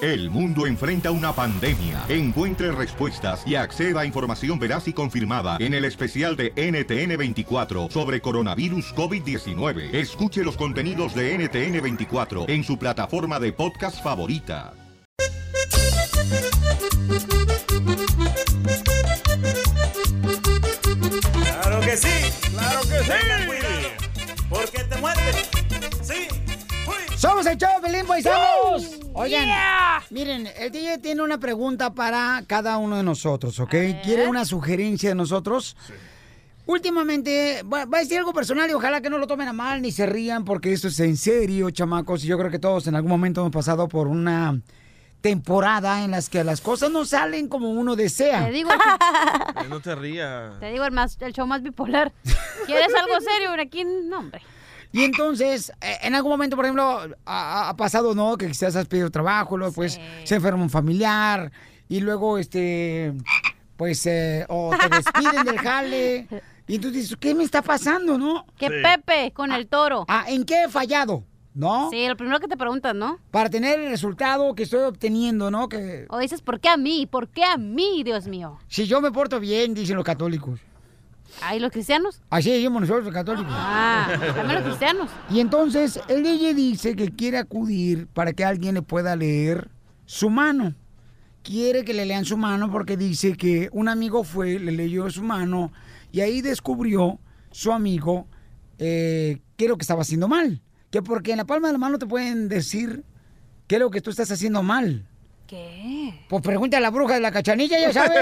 El mundo enfrenta una pandemia. Encuentre respuestas y acceda a información veraz y confirmada en el especial de NTN24 sobre coronavirus COVID-19. Escuche los contenidos de NTN24 en su plataforma de podcast favorita. Claro que sí, claro que sí. Tengan cuidado, porque te mueres. Sí. Somos el show, Pelín Paisanos. Oigan, miren, el DJ tiene una pregunta para cada uno de nosotros, ¿ok? Quiere una sugerencia de nosotros. Últimamente, va, va a decir algo personal y ojalá que no lo tomen a mal ni se rían, porque esto es en serio, chamacos. Y yo creo que todos en algún momento hemos pasado por una temporada en las que las cosas no salen como uno desea. Te digo, el- Ay, No te rías. te digo el, más, el show más bipolar. ¿Quieres algo serio? Aquí, no, hombre. Y entonces, eh, en algún momento, por ejemplo, ha, ha- ha pasado, ¿no? Que quizás has pedido trabajo, luego pues se enferma un familiar y luego, este, pues, eh, o te despiden del jale. Y tú dices, ¿qué me está pasando, no? Que Pepe con el toro. Ah, ¿en qué he fallado? ¿No? Sí, lo primero que te preguntan, ¿no? Para tener eh, el resultado que estoy obteniendo, ¿no? Que O dices, ¿por qué a mí? ¿Por qué a mí, Dios mío? si yo me porto bien, dicen los católicos. ¿Ay, los cristianos? Así decimos nosotros los católicos. Ah, también los cristianos. Y entonces el DJ dice que quiere acudir para que alguien le pueda leer su mano. Quiere que le lean su mano porque dice que un amigo fue, le leyó su mano y ahí descubrió su amigo eh, qué es lo que estaba haciendo mal. Que porque en la palma de la mano te pueden decir qué es lo que tú estás haciendo mal. ¿Qué? Pues pregunta a la bruja de la cachanilla, ya sabe.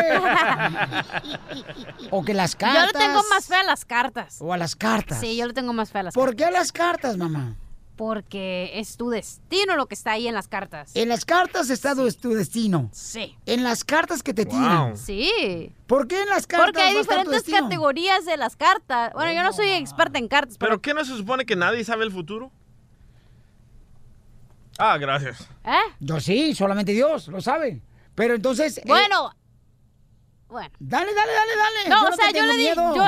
o que las cartas. Yo le tengo más fe a las cartas. O a las cartas. Sí, yo le tengo más fe a las ¿Por cartas. qué a las cartas, mamá? Porque es tu destino lo que está ahí en las cartas. En las cartas está tu- tu destino. Sí. En las cartas que te tiran. Sí. ¿Por qué en las cartas? Porque hay va a estar tu diferentes destino? categorías de las cartas. Bueno, yo no soy experta en cartas, pero... Pues, ¿Pero qué no se supone que nadie sabe el futuro? Ah, gracias. ¿Eh? Yo sí, solamente Dios lo sabe. Pero entonces. eh, Bueno. Bueno. dale, dale, dale, dale. No, Yo o sea, te yo tengo le dije... miedo. Yo...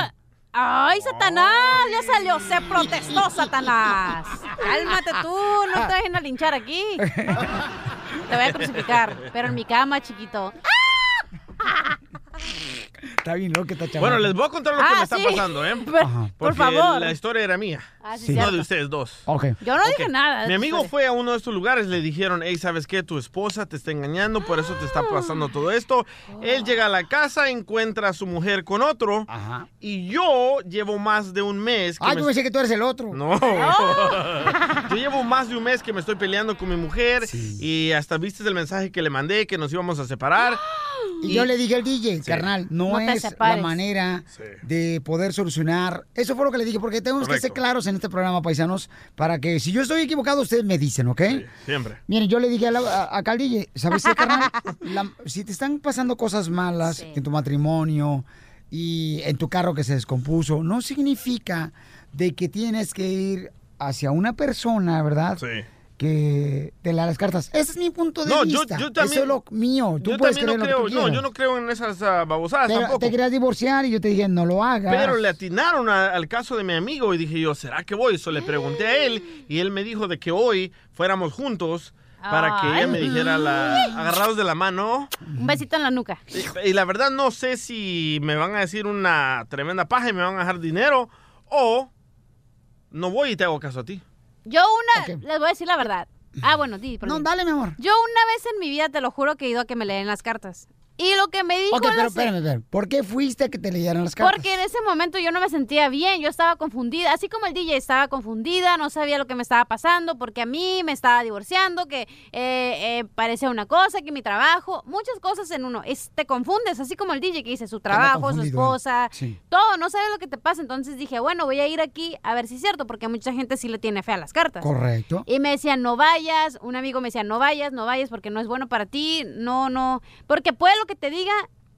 ¡Ay, Satanás! Ya salió, se protestó, Satanás. Cálmate tú, no te dejen a linchar aquí. Te voy a crucificar, pero en mi cama, chiquito. Está bien loca esta chaval. Bueno, les voy a contar lo que Ah, me está sí. pasando, ¿eh? Por, Ajá. por Porque favor. La historia era mía. Ah, sí, No cierto. de ustedes dos. Ok. Yo no Ok. dije nada. Mi amigo Sorry. fue a uno de estos lugares, le dijeron, hey, ¿sabes qué? Tu esposa te está engañando, por eso te está Ah. pasando todo esto. Él llega a la casa, encuentra a su mujer con otro, Ajá. y yo llevo más de un mes que Ay, me- yo pensé que tú eres el otro. No. Yo llevo más de un mes que me estoy peleando con mi mujer y hasta viste el mensaje que le mandé que nos íbamos a separar. Y yo le dije al DJ, carnal, no, No te es la separes. manera de poder solucionar. Eso fue lo que le dije, porque tenemos que ser Correcto. claros en este programa, paisanos, para que si yo estoy equivocado, ustedes me dicen, ¿ok? Siempre. Miren, yo le dije a, la, a- acá al DJ, ¿sabes qué, carnal? La- si te están pasando cosas malas Sí. en tu matrimonio y en tu carro que se descompuso, no significa de que tienes que ir hacia una persona, ¿verdad? Sí. Que te la las cartas. Ese es mi punto de No, yo- vista. yo también- Eso es lo mío. Tú Yo puedes también no creer lo creo, que tú no, quieras. yo no creo en esas ah, babosadas Pero tampoco. te querías divorciar y yo te dije, no lo hagas. Pero le atinaron a- al caso de mi amigo y dije yo, ¿será que voy? Eso le pregunté a él y él me dijo de que hoy fuéramos juntos para que ella me dijera la, agarrados de la mano. Un besito en la nuca. Y, y la verdad no sé si me van a decir una tremenda paja y me van a dejar dinero o no voy y te hago caso a ti. Yo una, Ok. les voy a decir la verdad. Ah, bueno, di, No, perdón. dale, mi amor. Yo una vez en mi vida, te lo juro, que he ido a que me leen las cartas. Y lo que me dijo Ok, pero la se- espérame, espérame. ¿Por qué fuiste a que te leyeran las cartas? Porque en ese momento yo no me sentía bien, yo estaba confundida, así como el DJ estaba confundida, no sabía lo que me estaba pasando, porque a mí me estaba divorciando, que eh, eh, parecía una cosa, que mi trabajo, muchas cosas en uno, Es- te confundes, así como el DJ que dice su trabajo, su confundido, ¿eh? esposa, Sí. todo, no sabes lo que te pasa, entonces dije, bueno, voy a ir aquí a ver si es cierto, porque mucha gente sí le tiene fe a las cartas. Correcto. Y me decían, no vayas, un amigo me decía, no vayas, no vayas porque no es bueno para ti, no, no, porque puede lo que te diga,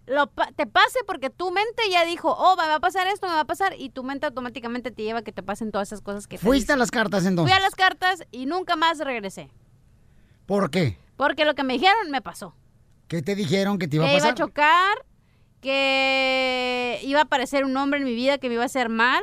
lo, pa- te pase porque tu mente ya dijo, oh, me va a pasar esto, me va a pasar, y tu mente automáticamente te lleva a que te pasen todas esas cosas que te Fuiste a dicen. las cartas Fui entonces. a las cartas y nunca más regresé, ¿Por qué? porque lo que me dijeron me pasó, ¿Qué te dijeron que te iba a que iba pasar? a chocar, que iba a aparecer un hombre en mi vida que me iba a hacer mal,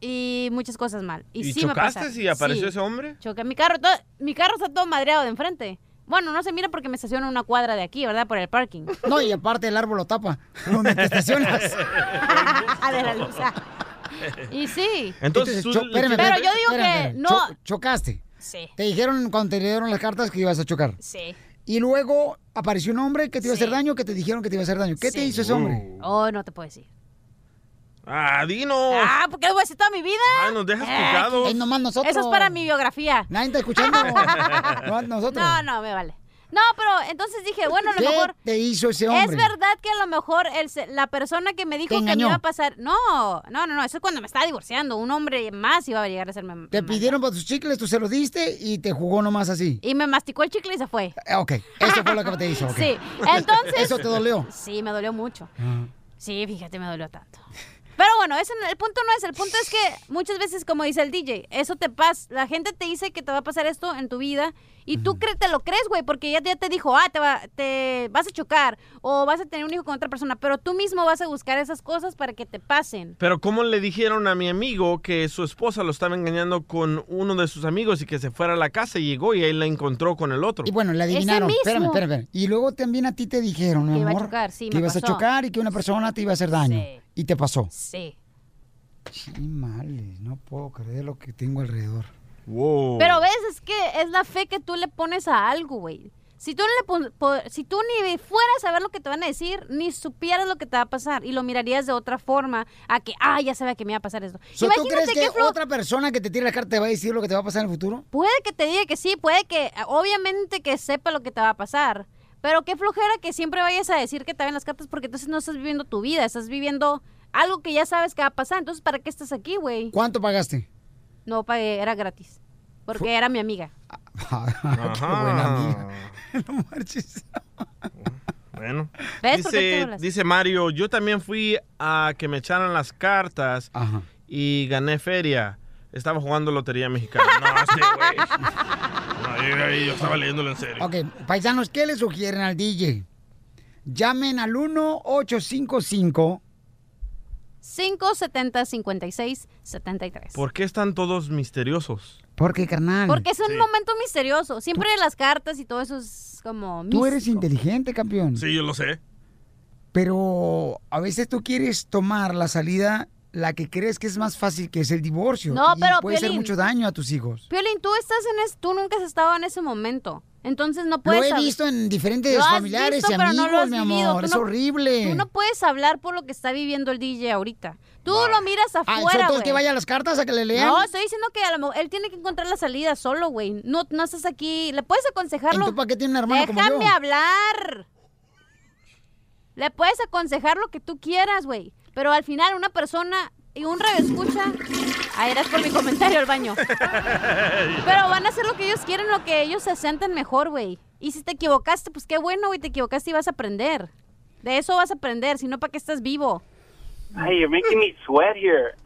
y muchas cosas mal. Y, ¿Y sí me chocaste pasaron. si apareció Sí. ese hombre? Choqué mi carro, todo- mi carro está todo madreado de enfrente. Bueno, no se mira porque me estaciono a una cuadra de aquí, ¿verdad? Por el parking. No, y aparte el árbol lo tapa. Donde te estacionas. Ah, de la luz. Y sí. Entonces, tú- Este cho- espérame, Pero espérame, yo digo espérame, que espérame. no. Cho- chocaste. Sí. Te dijeron cuando te dieron las cartas que ibas a chocar. Sí. Y luego apareció un hombre que te iba a hacer daño, que te dijeron que te iba a hacer daño. ¿Qué te Sí. hizo ese hombre? Oh, no te puedo decir. Ah, dinos. Ah, ¿por qué voy a decir toda mi vida? Eh. Ah, nos dejas picados. Es nomás nosotros. Eso es para mi biografía. Nadie está escuchando. No, nosotros. No, no, me vale. No, pero entonces dije, bueno, a lo ¿Qué mejor... te hizo ese hombre? Es verdad que a lo mejor el se- la persona que me Te dijo que me engañó. iba a pasar... No, no, no, no, eso es cuando me estaba divorciando. Un hombre más iba a llegar a hacerme... Te pidieron para tus chicles, tú se los diste y te jugó nomás así. Y me masticó el chicle y se fue. Eh, Ok, eso fue lo que te hizo. ok. Sí, entonces... ¿Eso te dolió? Sí, me dolió mucho. Ah. Sí, fíjate, me dolió tanto. Pero bueno, ese, no- el punto no es, el punto es que muchas veces, como dice el DJ, eso te pasa, la gente te dice que te va a pasar esto en tu vida y tú cre- te lo crees, güey, porque ya, ya te dijo, ah, te, va- te vas a chocar o vas a tener un hijo con otra persona, pero tú mismo vas a buscar esas cosas para que te pasen. Pero ¿cómo le dijeron a mi amigo que su esposa lo estaba engañando con uno de sus amigos y que se fuera a la casa y llegó y ahí la encontró con el otro? Y bueno, le adivinaron. mismo. Espérame, espérame, espérame. Y luego también a ti te dijeron, mi Que iba a amor, chocar, sí, que me ibas a pasó. chocar y que una persona te iba a hacer daño. Sí. Y te pasó. Sí. Sí, males, no puedo creer lo que tengo alrededor. Wow. Pero ves, es que es la fe que tú le pones a algo, güey. Si tú, no le pon- po- si tú ni fueras a ver lo que te van a decir, ni supieras lo que te va a pasar y lo mirarías de otra forma a que, ah, ya sabía que me iba a pasar esto. So, ¿Tú crees que qué flo- otra persona que te tire la carta te va a decir lo que te va a pasar en el futuro? Puede que te diga que sí, puede que, obviamente que sepa lo que te va a pasar. Pero qué flojera que siempre vayas a decir que te ven las cartas porque entonces no estás viviendo tu vida, estás viviendo algo que ya sabes que va a pasar. Entonces, ¿para qué estás aquí, güey? ¿Cuánto pagaste? No pagué, era gratis. Porque era mi amiga. Qué buena amiga. No marches. Bueno. ¿Ves por qué te Dice, burlas? dice Mario, yo también fui a que me echaran las cartas Ajá. y gané feria. Estaba jugando Lotería Mexicana. No, sí, güey. No, yo- yo, yo estaba leyéndolo en serio. Ok, paisanos, ¿qué le sugieren al DJ? Llamen al 1-855. 570 56 73. ¿Por qué están todos misteriosos? Porque, carnal, Porque es un momento misterioso. Siempre las cartas y todo eso es como. tú eres místico. inteligente, campeón. Sí, yo lo sé. Pero a veces tú quieres tomar la salida, la que crees que es más fácil, que es el divorcio. No, y pero, puede hacer Piolín. mucho daño a tus hijos. Piolín, tú estás en es- tú nunca has estado en ese momento. Entonces no Lo puedes he sab- visto en diferentes Lo has familiares visto, y pero amigos, no lo has mi vivido. amor. Tú Es no- horrible. Tú no puedes hablar por lo que está viviendo el DJ ahorita. Tú lo miras Ah, afuera, ¿entonces güey. que vaya a las cartas a que le lean? No, estoy diciendo que a lo mejor él tiene que encontrar la salida solo, güey. No, no estás aquí. ¿Le puedes aconsejarlo? ¿Entonces para qué tiene un hermano como yo? Déjame hablar. Le puedes aconsejar lo que tú quieras, güey. Pero al final una persona y un radioescucha... Ahí eras por mi comentario al baño. Pero van a hacer lo que ellos quieren, lo que ellos se sienten mejor, güey. Y si te equivocaste, pues qué bueno, güey, te equivocaste y vas a aprender. De eso vas a aprender, si no, ¿para qué estás vivo? Hey, you're making me sweat here.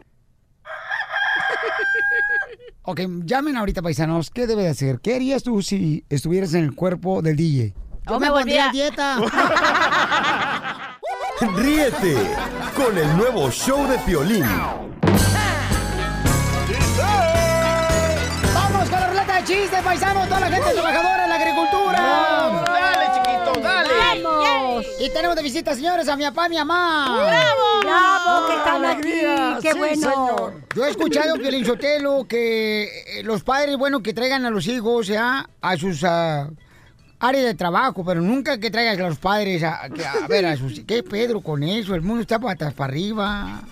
Ok, llamen ahorita, paisanos. ¿Qué debe de hacer? ¿Qué harías tú si estuvieras en el cuerpo del DJ? Yo Oh, me me pondría volvía- a dieta. Ríete con el nuevo show de Piolín. ¡Vamos con la ruleta de chistes, paisanos! ¡Toda la gente trabajadora en la agricultura! Dale, chiquito, dale. ¡Vamos! Y tenemos de visita, señores, a mi papá y mi mamá. ¡Bravo, que están aquí! ¡Qué bueno! Yo he escuchado, Piolín Sotelo, que eh, los padres, bueno, que traigan a los hijos ya a sus ah, áreas de trabajo, pero nunca que traigan a los padres a, que- a ver a sus... ¿Qué Pedro con eso? El mundo está patas para arriba.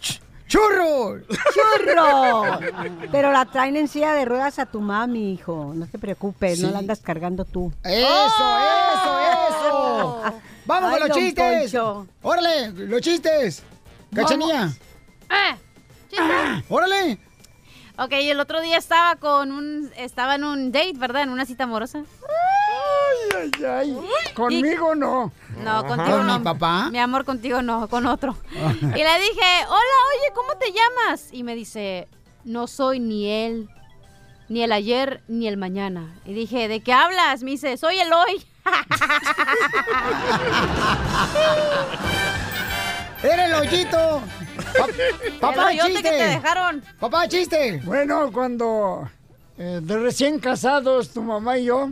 Ch- ¡Churros! ¡Churro! Pero la traen en silla de ruedas a tu mami, hijo. No te preocupes, no Sí. la andas cargando tú. Eso, eso, eso. ¡Oh! Vamos Ay, con los don chistes. Poncho. Órale, los chistes. Cachanilla, Ah, chiste. órale. Ok, el otro día estaba con un... Estaba en un date, ¿verdad? En una cita amorosa. Conmigo no. No, contigo ¿Con no. mi papá? Ah. Mi amor, contigo no, con otro. y le dije, hola, oye, ¿cómo te llamas? Y me dice, no soy ni él, ni el ayer, ni el mañana. Y dije, ¿de qué hablas? Me dice, soy el hoy. Era el hoyito. Pa- El papá, hoyote que te chiste. dejaron. Papá, chiste. Bueno, cuando eh, de recién casados, tu mamá y yo.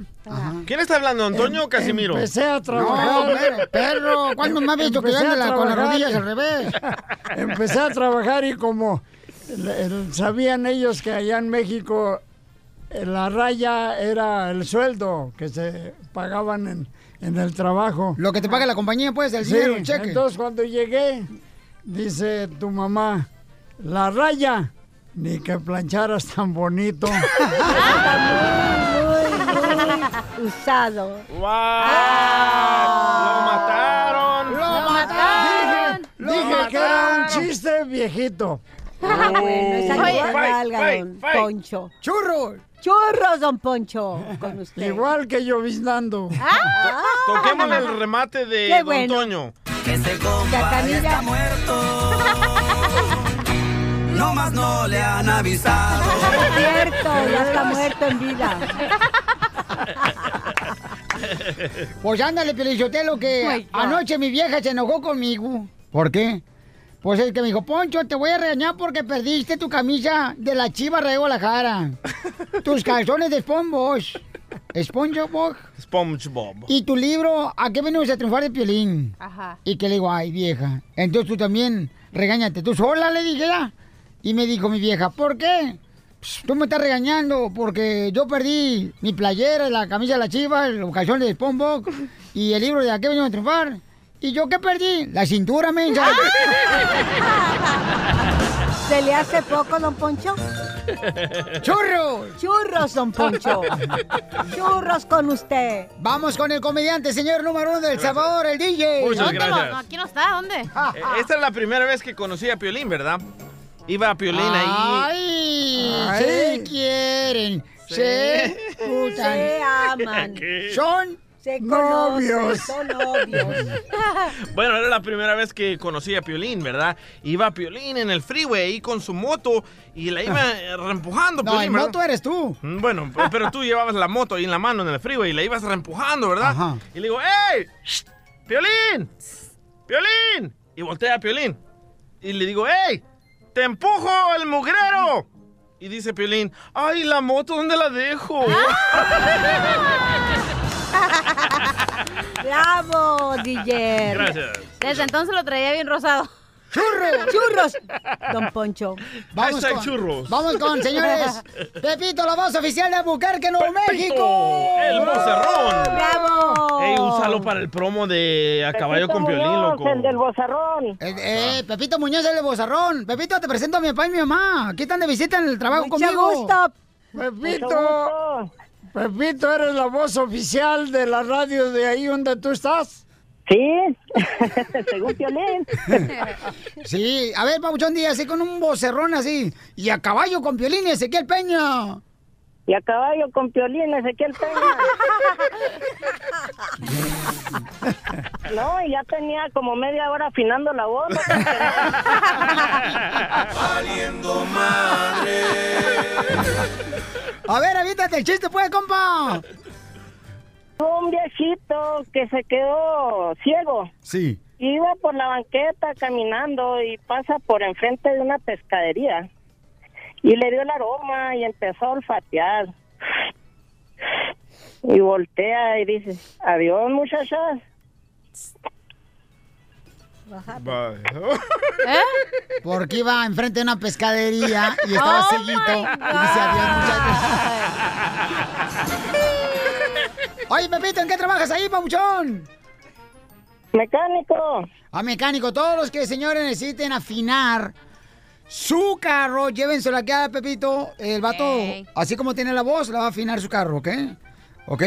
¿Quién está hablando, Antonio o Casimiro? Empecé a trabajar. pero, perro, ¿cuándo me has visto que Empecé a anda la- con las trabajar. rodillas al revés? Empecé a trabajar y como el- el- sabían ellos que allá en México eh, la raya era el sueldo que se pagaban en, en el trabajo. Lo que te paga la compañía, pues, el Sí, dinero, el cheque. Entonces cuando llegué, dice tu mamá, la raya, ni que plancharas tan bonito. Ah, Muy usado. Ah, ¡Mataron! ¡Lo mataron! Dije, dije que era un chiste viejito. Ah, bueno, esa Oye, igual fight, valga, fight, don fight. Poncho. ¡Churro! Churros, don Poncho, con usted. Ah, Igual que lloviznando. Toquemos el remate de Qué Don bueno. Toño. Cacanilla. No más no le han avisado. Es cierto, ya está muerto en vida. Pues ándale, Pelichotelo, Oh que my God. anoche mi vieja se enojó conmigo. ¿Por qué? Pues es que me dijo, Poncho, te voy a regañar porque perdiste tu camisa de la chiva de Guadalajara. Tus calzones de SpongeBob. SpongeBob. SpongeBob. Y tu libro, ¿A qué venimos a triunfar de Piolín? Ajá. Y que le digo, ay, vieja, entonces tú también regáñate. Tú sola le dije ya. Y me dijo mi vieja, ¿por qué? Pues, tú me estás regañando porque yo perdí mi playera, la camisa de la chiva, los calzones de Spongebob y el libro de ¿A qué venimos a triunfar? ¿Y yo qué perdí? La cintura, mensa. ¿Se le hace poco, don Poncho? ¡Churro! Churros, don Poncho. Churros con usted. Vamos con el comediante, señor número uno del Salvador, el DJ. Muchas ¿Dónde lo- gracias. no, aquí no está, ¿dónde? Ah. Eh, Esta es la primera vez que conocí a Piolín, ¿verdad? Iba a Piolín ahí. Ay, Ay. se quieren, se gustan. Se aman. Son Se Novios. conocen. Son novios. Bueno, era la primera vez que conocí a Piolín, ¿verdad? Iba a Piolín en el freeway ahí con su moto y la iba eh, reempujando, No, Piolín, el ¿verdad? moto eres tú. Mm, Bueno, p- pero tú llevabas la moto ahí en la mano en el freeway y la ibas reempujando, ¿verdad? Ajá. Y le digo, ¡Ey! ¡Shh! ¡Piolín! ¡Piolín! Y voltea a Piolín. Y le digo, ¡Ey! ¡Te empujo el mugrero! Y dice Piolín, ¡Ay, la moto, ¿dónde la dejo? Ah. Bravo, DJ. Gracias. Desde entonces lo traía bien rosado. Churros, don Poncho. Hashtag churros. Vamos con, señores, Pepito, la voz oficial de Bucarque, Nuevo México. ¡El bozarrón! Bravo. ¡Ey, úsalo para el promo de eh, A Caballo con Piolín, loco! Ah. bozarrón. Eh, eh, Pepito Muñoz, el de Bozarrón. Pepito, te presento a mi papá y mi mamá. Aquí están de visita en el trabajo Mucho conmigo. gusto. Pepito, Pepito, eres la voz oficial de la radio de ahí donde tú estás. Sí, según Piolín. Sí, a ver, Pabuchón Díaz, así con un vocerrón así. Y a caballo con piolín y Ezequiel Peña. Y a caballo con Piolín, Ezequiel Peña. No, y ya tenía como media hora afinando la voz. A ver, avítate el chiste, pues, compa. Un viejito que se quedó ciego. Sí. Iba por la banqueta caminando y pasa por enfrente de una pescadería. Y le dio el aroma y empezó a olfatear. Y voltea y dice, adiós muchachas. ¿Eh? Porque iba enfrente de una pescadería Pues y estaba Oh, seguito. my Y dice, adiós, muchachos. Oye, Pepito, ¿en qué trabajas ahí, Pabuchón? Mecánico, A Ah, mecánico, todos los que señores necesiten afinar su carro, llévenselo aquí a Pepito. El vato, Ey. así como tiene la voz, la va a afinar su carro, ¿ok? ¿Ok?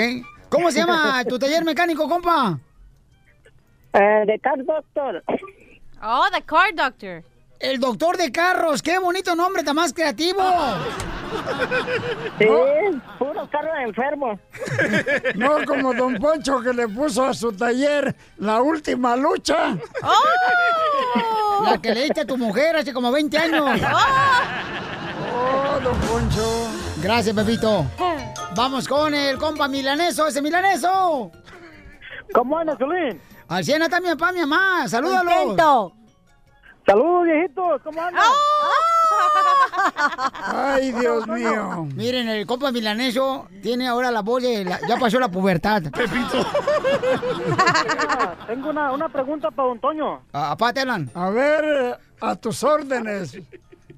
¿Cómo se llama tu taller mecánico, compa? eh, de Car Doctor. Oh, the car doctor. El doctor de carros, qué bonito nombre, está más creativo. Oh. Sí, puro carro de enfermo. No como don Poncho que le puso a su taller la última lucha. La que le diste a tu mujer hace como 20 años. Oh, don Poncho. Gracias, Pepito. Vamos con el compa milaneso, ese milaneso. ¿Cómo andas, Piolín? Al cien está mi papá, mi mamá. Salúdalo. Contento. Saludos, viejitos, ¿cómo andas? Oh. Ay, Dios mío. Miren, el compa milaneso tiene ahora la voz de la- ya pasó la pubertad. Pepito. Tengo una, una pregunta para don Toño. Apá, te hablan. A ver, eh, a tus órdenes.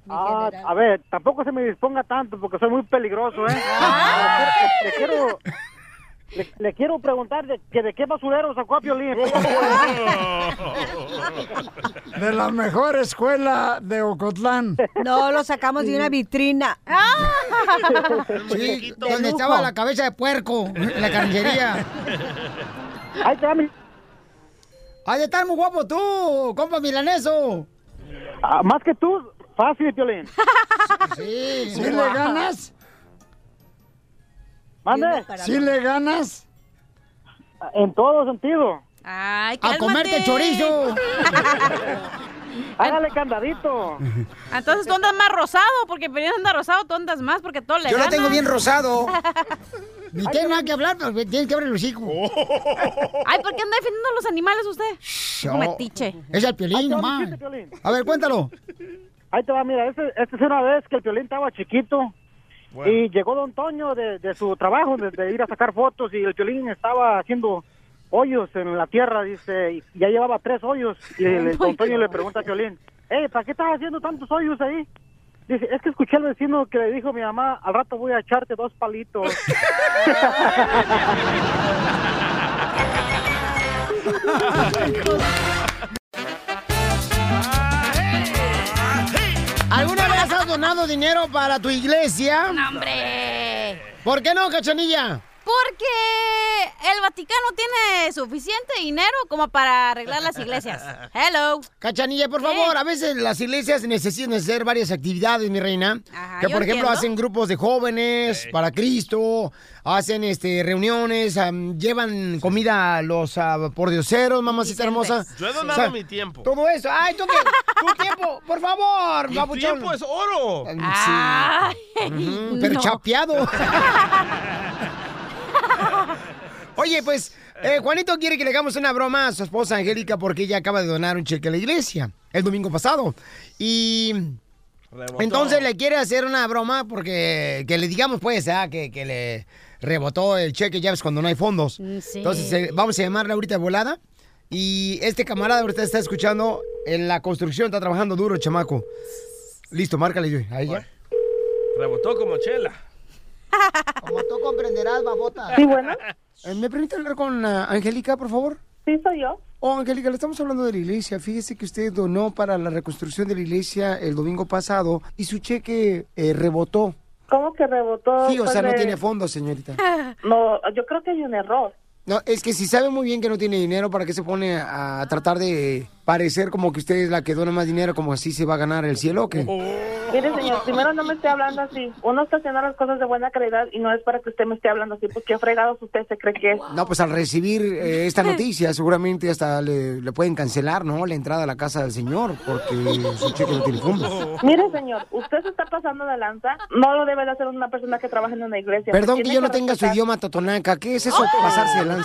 Ah, a ver, tampoco se me disponga tanto porque soy muy peligroso, ¿eh? Le quiero, le, le quiero preguntar de, que de qué basurero sacó a Piolín. Oh. De la mejor escuela de Ocotlán. No, lo sacamos de una vitrina. Sí, donde estaba la cabeza de puerco, en la carnicería. Ahí está, mi... Ahí está muy guapo tú, compa milaneso. Ah, más que tú, fácil, Piolín. Sí. ¿Sí le ganas? ¿Mande? ¿Sí le ganas? En todo sentido. Ay, A comerte chorizo. Hágale candadito. Entonces tú andas más rosado, porque Pelín anda rosado, tú andas más porque todo le Yo lo gana. tengo bien rosado. Ni tiene nada que hablar, pero tienes que abrir el hocico. Oh. Ay, ¿por qué anda defendiendo a los animales usted? No. Un metiche. oh. Es el piolín, nomás. A ver, cuéntalo. Ahí te va, mira, esta es una vez que el Piolín estaba chiquito y llegó don Toño de, de su trabajo, de, de ir a sacar fotos y el Piolín estaba haciendo hoyos en la tierra, dice, y ya llevaba tres hoyos y el- el don Toño le pregunta a Piolín, hey, ¿para qué estás haciendo tantos hoyos ahí? Dice, es que escuché al vecino que le dijo a mi mamá, al rato voy a echarte dos palitos. ¿Alguna vez has donado dinero para tu iglesia? No, hombre. ¿Por qué no, cachanilla? Porque el Vaticano tiene suficiente dinero como para arreglar las iglesias. ¿eh? Hello. Cachanilla, por favor, a veces las iglesias necesitan hacer varias actividades, mi reina. Ajá, que yo por ejemplo entiendo. hacen grupos de jóvenes para Cristo, hacen este reuniones, am, llevan comida a los ah, pordioseros, mamacita hermosa. Yo he donado O sea, mi tiempo. Todo e- eso. Ay, tú qué, tu tiempo, por favor, Mi babuchón. tiempo es oro. Sí. Ay, Ujú, pero no. chapeado. Oye, pues, eh, Juanito quiere que le hagamos una broma a su esposa Angélica porque ella acaba de donar un cheque a la iglesia el domingo pasado. Y Rebotó. entonces le quiere hacer una broma porque que le digamos, pues, ah, que, que le rebotó el cheque, ya ves, cuando no hay fondos. sí. Entonces, eh, vamos a llamarla ahorita de volada. Y este camarada ahorita está escuchando en la construcción, está trabajando duro, chamaco. Listo, márcale yo. Ahí ya. Rebotó como chela. Como tú comprenderás, babota. Sí, bueno, Eh, ¿Me permite hablar con ah, Angélica, por favor? sí soy yo. Oh, Angélica, le estamos hablando de la iglesia. Fíjese que usted donó para la reconstrucción de la iglesia el domingo pasado y su cheque eh, rebotó. ¿Cómo que rebotó? Sí, o sea, no Pues, tiene eh, fondos, señorita. No, yo creo que hay un error. No, es que si sabe muy bien que no tiene dinero, ¿para qué se pone a tratar de parecer como que usted es la que dona más dinero, como así se va a ganar el cielo o qué? Mire, señor, primero no me esté hablando así. Uno está haciendo las cosas de buena calidad y no es para que usted me esté hablando así, porque fregados usted se cree que es. No, pues al recibir eh, esta noticia, seguramente hasta le, le pueden cancelar, ¿no? La entrada a la casa del señor, porque su cheque no tiene fondos. Mire, señor, usted se está pasando de lanza. No lo debe de hacer una persona que trabaja en una iglesia. Perdón que Tiene yo no tenga su respetar. idioma totonaca. ¿Qué es eso? Pasarse de lanza.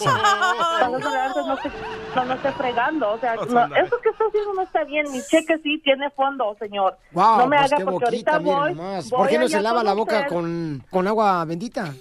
Pasarse de lanza no se, no, no esté fregando. O sea, no, eso que está haciendo no está bien. Mi cheque sí tiene fondo, señor. Wow, no me pues haga qué porque boquita, ahorita mire voy, nomás. voy ¿Por qué no allá se lava con la boca usted. con, con agua bendita?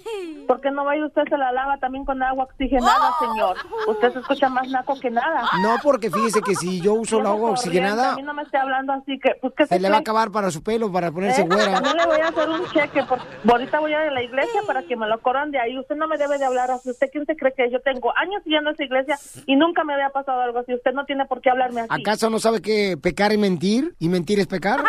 ¿Por qué no va y usted se la lava también con agua oxigenada, señor? Usted se escucha más naco que nada. No, porque fíjese que si yo uso la agua A oxigenada, mí no me esté hablando así que... Pues, ¿qué se le va a cree? acabar para su pelo, para ponerse ¿Eh? güera. No le voy a hacer un cheque, porque ahorita voy a ir a la iglesia para que me lo corran de ahí. Usted no me debe de hablar así. ¿Usted quién se cree que es? yo tengo años yendo a esa iglesia y nunca me había pasado algo así? Usted no tiene por qué hablarme así. ¿Acaso no sabe que pecar y mentir? ¿Y mentir es pecar?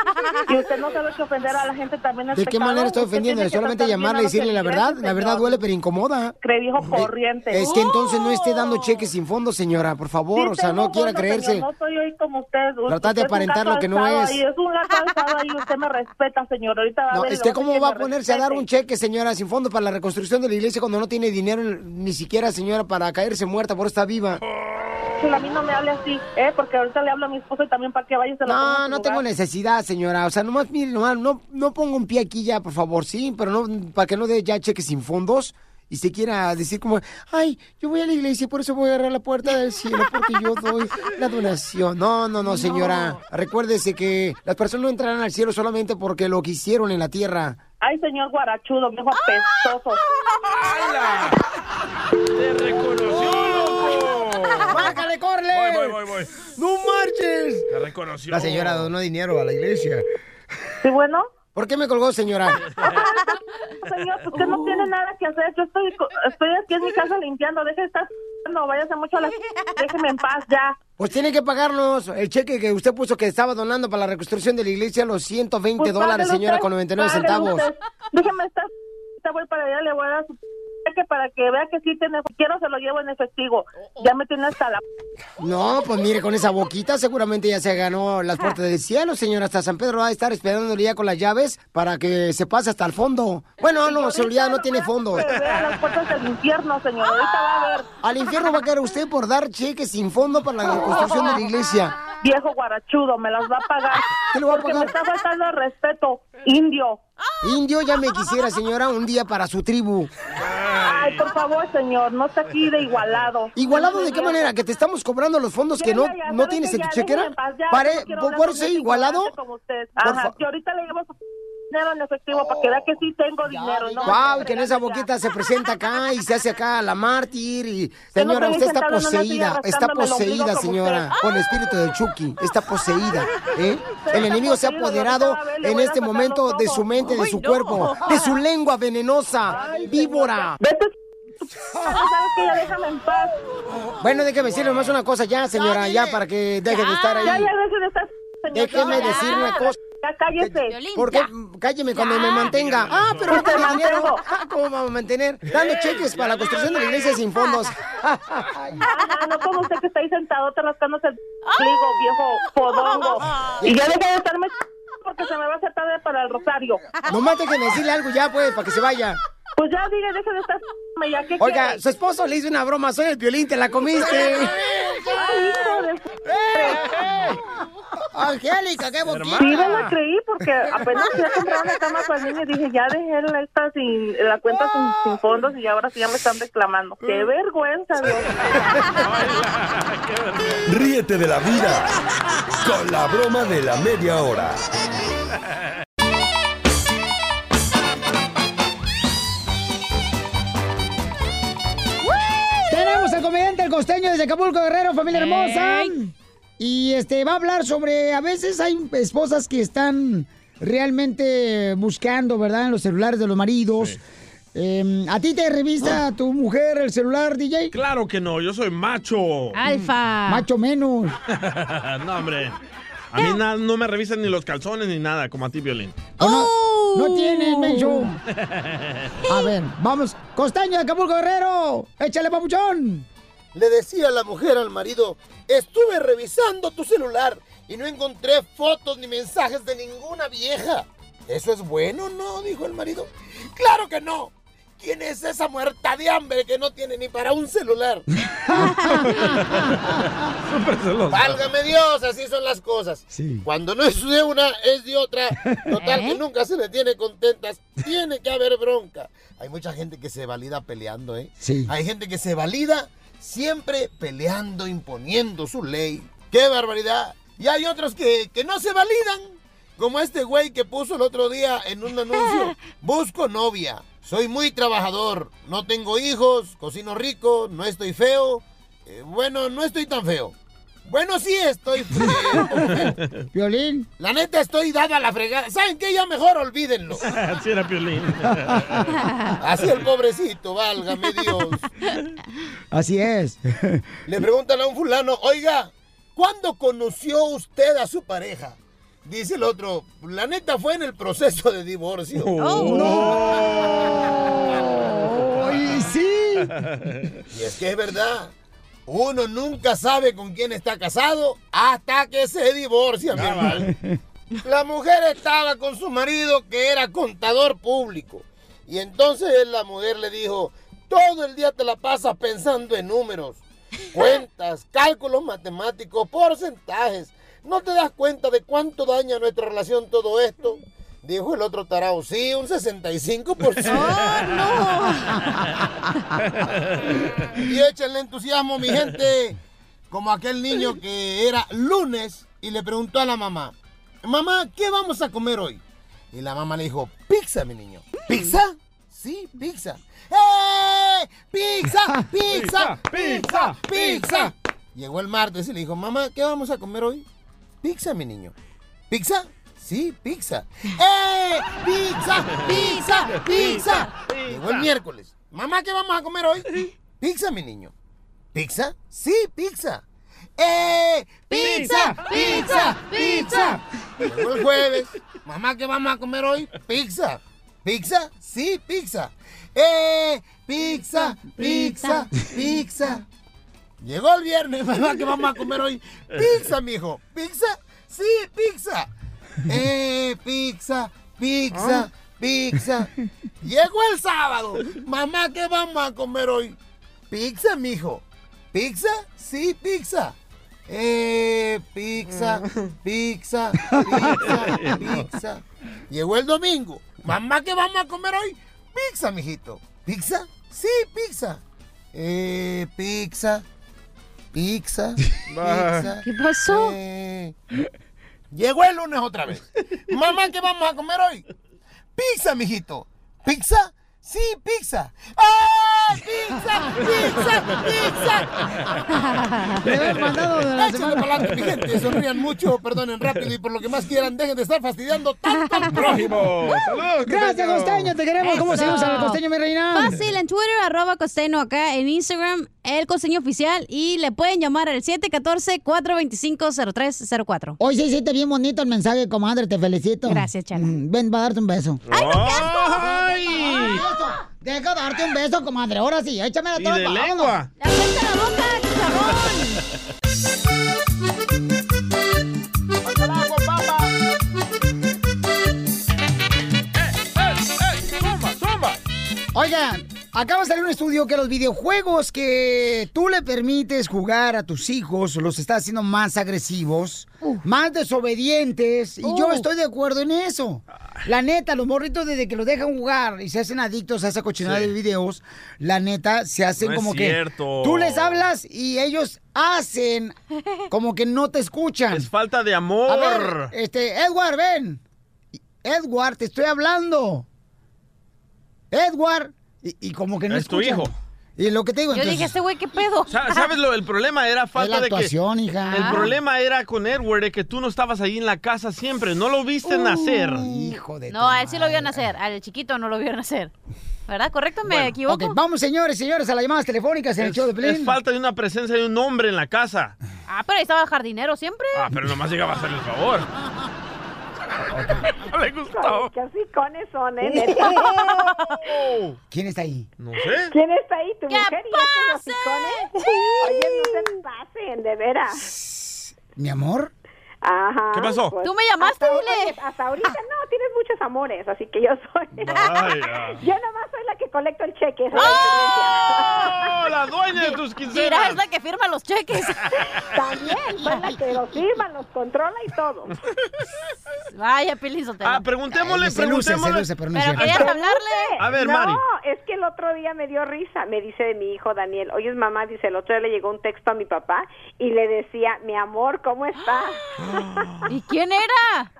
Y usted no sabe que ofender a la gente también es ¿De qué pecado. manera estoy Usted ofendiendo? tiene que Solamente tratar bien llamarle a y los decirle la verdad. feligreses, La verdad señor. duele, pero incomoda. Eh, Cree viejo corriente. ¡Oh! Es que entonces no esté dando cheques sin fondo, señora, por favor. O sea, no quiera creerse. No soy hoy como usted. U- Tratar de usted es un aparentar gato lo que no alzado es. ahí, Es un gato alzado ahí. Usted me respeta, señor. Ahorita va a No, ver. y es le que voy cómo decir va que a me ponerse a dar un respete. cheque, señora, sin fondo para la reconstrucción de la iglesia cuando no tiene dinero ni siquiera, señora, para caerse muerta por está viva. Chula, A mí no me hable así, ¿eh? Porque ahorita le hablo a mi esposo y también para que vaya y se lo ponga en No, su no lugar. tengo necesidad, señora. O sea, nomás, mire, nomás, no, no pongo un pie aquí ya, por favor, sí, pero no, para que no dé ya cheques sin fondos y se quiera decir como, ay, yo voy a la iglesia y por eso voy a agarrar la puerta del cielo porque yo doy la donación. No, no, no, señora. Recuérdese que las personas no entrarán al cielo solamente porque lo que hicieron en la tierra. Ay, señor guarachudo, viejo apestoso. ¡Te reconoció, loco! ¡Bájale, corre! Voy, voy, voy, voy. ¡No marches! Te reconoció. La señora donó dinero a la iglesia. ¿Sí, bueno? ¿Por qué me colgó, señora? Señor, pues, usted no tiene nada que hacer. Yo estoy, co- estoy aquí en mi casa limpiando. Deje de estar. No, váyase mucho a la. Déjeme en paz ya. Pues tiene que pagarnos el cheque que usted puso que estaba donando para la reconstrucción de la iglesia, los 120 Pues dólares, págale señora, usted, con 99 págale centavos. usted. Déjeme estar. ahorita Voy para allá, le voy a dar su cheque para que vea que sí tiene. Si quiero, se lo llevo en efectivo. Ya me tiene hasta la. No, pues mire, con esa boquita seguramente ya se ganó Ah. las puertas del cielo, señora. Hasta San Pedro va a estar esperándole ya con las llaves para que se pase hasta el fondo. Bueno, no, seguridad no tiene fondo. Que vea las puertas del infierno, señor. Ahorita va a ver. Al infierno va a caer usted por dar cheques sin fondo para la reconstrucción de la iglesia. Viejo guarachudo, me las va a pagar. Porque me está faltando el respeto, indio. Indio ya me quisiera, señora, un día para su tribu. Ay, por favor, señor, no está aquí de igualado. ¿Igualado de qué manera? ¿Que te estamos cobrando los fondos que no, no tienes en tu chequera? Pare, ¿por por ser igualado? Por Ajá, fa- que ahorita le llevo su dinero en efectivo para que vea que sí tengo dinero. No, Wow, que en esa boquita se presenta acá y se hace acá la mártir y señora, estoy usted está sentada en una silla poseída, está rascándome el ombligo poseída, como señora, usted. con el espíritu de Chucky, está poseída, ¿eh? Pero El está enemigo se ha poseído, apoderado doctora Abel, le en voy a este sacar momento los de su ojos. mente, de Ay, su no. cuerpenosa, de su lengua venenosa, víbora. ¿Sabes que ya déjame en paz. Bueno, déjeme decirle más una cosa ya, señora, ya para que deje de estar Ya, ahí. ya, deje de estar. señor. Déjeme Ya. decir una cosa. Ya cállese. Porque cálleme cuando me mantenga. Ah, pero ahorita el dinero. ah, ¿Cómo vamos a mantener? Dando cheques para la construcción de la iglesia sin fondos. Ajá, no como usted que está ahí sentado te rascándose el pligo, viejo podongo. Y ya deja de estarme porque se me va a hacer tarde para el rosario. Nomás déjeme decirle algo ya, pues, para que se vaya. Pues ya, diga, deja de estar ya que Oiga, su esposo le hizo una broma. Soy el violín, te la comiste. Angélica, qué boquita. Sí, me la creí porque apenas fui a comprar una cama para mí y dije, ya dejé la, esta sin, la cuenta sin, sin fondos y ahora sí ya me están reclamando. Mm. ¡Qué vergüenza, Dios! Ríete de la vida con la broma de la media hora. Tenemos al comediante El Costeño desde Acapulco, Guerrero, familia hermosa. Y este va a hablar sobre, a veces hay esposas que están realmente buscando, ¿verdad? En los celulares de los maridos. Eh, ¿A ti te revista tu mujer el celular, DJ? Claro que no, yo soy macho. Alfa. Macho menos. no, hombre. A mí na- no me revisan ni los calzones ni nada, como a ti, Violín. ¿O no? No tienes, menso. A ver, vamos. Costeño de Acapulco, Guerrero. Échale, papuchón. Le decía la mujer al marido, estuve revisando tu celular y no encontré fotos ni mensajes de ninguna vieja. ¿Eso es bueno, no? dijo el marido. ¡Claro que no! ¿Quién es esa muerta de hambre que no tiene ni para un celular? ¡Válgame Dios! Así son las cosas. Cuando no es de una, es de otra. Total, que nunca se le tiene contentas. Tiene que haber bronca. Hay mucha gente que se valida peleando, ¿eh? Sí. Hay gente que se valida siempre peleando, imponiendo su ley. ¡Qué barbaridad! Y hay otros que, que no se validan. Como este güey que puso el otro día en un anuncio. Busco novia. Soy muy trabajador. No tengo hijos. Cocino rico. No estoy feo. Eh, bueno, no estoy tan feo. Bueno, sí estoy feo. Violín. La neta estoy dada a la fregada. ¿Saben qué? Ya mejor olvídenlo. Así era Piolín. Así el pobrecito, válgame Dios. Así es. Le preguntan a un fulano, oiga, ¿cuándo conoció usted a su pareja? Dice el otro, la neta fue en el proceso de divorcio. Oh, ¡Y sí! Y es que es verdad. Uno nunca sabe con quién está casado hasta que se divorcia, mi hermano. La mujer estaba con su marido que era contador público. Y entonces la mujer le dijo, todo el día te la pasas pensando en números, cuentas, cálculos matemáticos, porcentajes. ¿No te das cuenta de cuánto daña nuestra relación todo esto? Dijo el otro tarao, sí, un 65%. y échenle entusiasmo, mi gente. Como aquel niño que era lunes y le preguntó a la mamá, mamá, ¿qué vamos a comer hoy? Y la mamá le dijo, pizza, mi niño. ¿Pizza? Sí, pizza. ¡Eh! ¡Pizza! ¡Pizza! ¡Pizza! ¡Pizza! Llegó el martes y le dijo, mamá, ¿qué vamos a comer hoy? Pizza, mi niño. ¿Pizza? Sí, pizza. ¡Eh! ¡Pizza! ¡Pizza! ¡Pizza! Llegó el miércoles. Mamá, ¿qué vamos a comer hoy? Pizza, mi niño. ¿Pizza? Sí, pizza. ¡Eh! ¡Pizza! ¡Pizza! ¡Pizza! Llegó el jueves. Mamá, ¿qué vamos a comer hoy? Pizza. ¿Pizza? Sí, pizza. ¡Eh! ¡Pizza! ¡Pizza! ¡Pizza! Llegó el viernes, mamá, ¿qué vamos a comer hoy? Pizza, mijo. ¿Pizza? Sí, pizza. ¡Eh! ¡Pizza! ¡Pizza! ¡Pizza! Llegó el sábado. Mamá, ¿qué vamos a comer hoy? Pizza, mijo. ¿Pizza? Sí, pizza. Eh, pizza, Ah. pizza, pizza, pizza. Llegó el domingo. Mamá, ¿qué vamos a comer hoy? Pizza, mijito. ¿Pizza? Sí, pizza. Eh, pizza, pizza, pizza. Ah. ¿Qué pasó? Eh, Llegó el lunes otra vez. Mamá, ¿qué vamos a comer hoy? Pizza, mijito. ¿Pizza? Sí, pizza. ¡Ah! ¡Pizza! ¡Pizza! ¡Pizza! Le habían mandado de la Échenle semana. pa'lante, mi gente. Sonrían mucho, perdonen rápido y por lo que más quieran, dejen de estar fastidiando tanto al prójimo. pues, ¡Salud, Gracias, costeño. Te queremos. ¿Cómo Eso. seguimos al costeño, mi reina? Fácil, en Twitter, arroba costeño acá, en Instagram, el costeño oficial, y le pueden llamar al 714-425-0304. Hoy se hiciste bien bonito el mensaje, comadre, te felicito. Gracias, Chana. Mm, Ven, va a darte un beso. ¡Ay, no, qué ¡Ay! Deja darte un beso, comadre. Ahora sí, échame la Y trompa. de vámonos. lengua. Oigan, acaba de salir un estudio que los videojuegos que tú le permites jugar a tus hijos los está haciendo más agresivos, más desobedientes. Y yo Uh. estoy de acuerdo en eso. La neta, los morritos desde que los dejan jugar y se hacen adictos a esa cochinada Sí. de videos, la neta se hacen No es como que cierto. tú les hablas y ellos hacen como que no te escuchan. Es falta de amor. A ver, este, Edward, ven. Edward, te estoy hablando. Edward. Y, y como que no Es tu escuchan. hijo. Y lo que te digo, Yo dije, este güey, ¿qué pedo? Sa- ¿Sabes lo? El problema era falta la de actuación, que... hija. El problema era con Edward, de que tú no estabas ahí en la casa siempre, no lo viste nacer. Hijo de... No, a él sí lo vio nacer, al chiquito no lo vio nacer. ¿Verdad? ¿Correcto? ¿Me equivoco? Ok, vamos, señores, señores, a las llamadas telefónicas en el show de Pelín. Es falta de una presencia de un hombre en la casa. Ah, pero ahí estaba el jardinero siempre. Ah, pero nomás llegaba a hacer el favor. Le gustó. Qué hocicones son, ¿eh? ¿Quién está ahí? No sé. ¿Quién está ahí? ¿Tu mujer y estos hocicones? eh? Oye, no se pasen, de veras. Mi amor. Ajá. pues, ¿Qué pasó? Tú me llamaste, hasta, dile. oye, hasta ahorita no, tienes muchos amores, así que yo soy. Vaya. yo nomás soy la que colecto el cheque. esa es ¡Oh! La dueña de tus quincenas. Mira, es la que firma los cheques. También, fue la que los firma, los controla y todo. Vaya, Pelín Sotelo. Ah, preguntémosle, Se luce, se preguntémosle. luce, pero no es Pero cierto. querías hablarle. A ver, no, Mari. es que el otro día me dio risa, me dice de mi hijo Daniel. Oye, mamá, dice, el otro día le llegó un texto a mi papá y le decía, mi amor, ¿cómo estás? ¿Y quién era?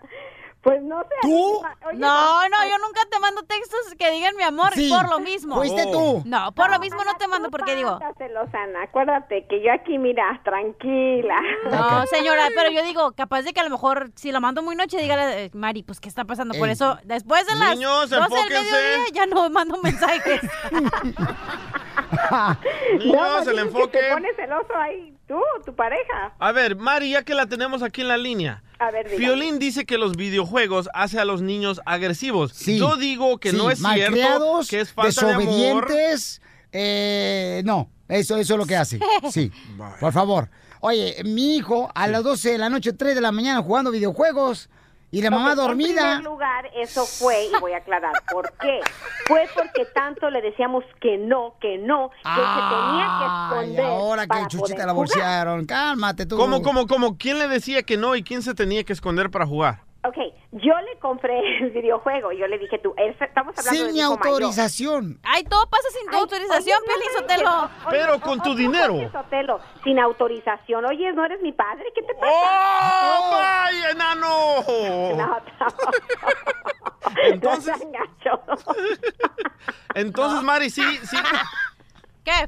Pues no sé. ¿Tú? Oye, No, no, yo nunca te mando textos que digan mi amor Sí. por lo mismo. Fuiste Oh. tú. No, por lo mismo no te mando porque digo. Pásaselo, Sana, acuérdate que yo aquí, mira, tranquila. No, señora, pero yo digo, capaz de que a lo mejor si la mando muy noche, dígale, eh, Mari, pues, ¿qué está pasando? Por Ey. eso, después de las Niños, 12 del enfóquense. mediodía, ya no mando mensajes. Ah. Niños, dices el pues, que enfoque. Te pones celoso ahí, tú, tu pareja. A ver, Mari, ya que la tenemos aquí en la línea. A ver, dígame. Violín dice que los videojuegos hace a los niños agresivos. Yo digo que Sí, no es cierto, malcriados, que es falta de amor. desobedientes. eh, no, eso, eso es lo que hace. Sí, por favor. Oye, mi hijo a las 12 de la noche, 3 de la mañana jugando videojuegos y la mamá Ok, En dormida. primer lugar, eso fue, y voy a aclarar por qué. Fue porque tanto le decíamos que no, que no, que se tenía que Ay, esconder. ahora que para Chuchita poder la jugar. bolsearon. Cálmate tú. ¿Cómo, cómo, cómo? ¿Quién le decía que no y quién se tenía que esconder para jugar? Ok, Yo le compré el videojuego. Yo le dije, tú, es- estamos hablando de Sin mi mi hijo mayor. autorización. Ay, todo pasa sin tu Ay, autorización, oye, no, Piolín no, Sotelo. oye, no, oye, no, oye, no, oye, Sotelo, sin autorización. Oye, no eres mi padre, ¿qué te pasa? ¡Oh, vaya, enano! Entonces, entonces Mari, sí, sí, ¿Qué?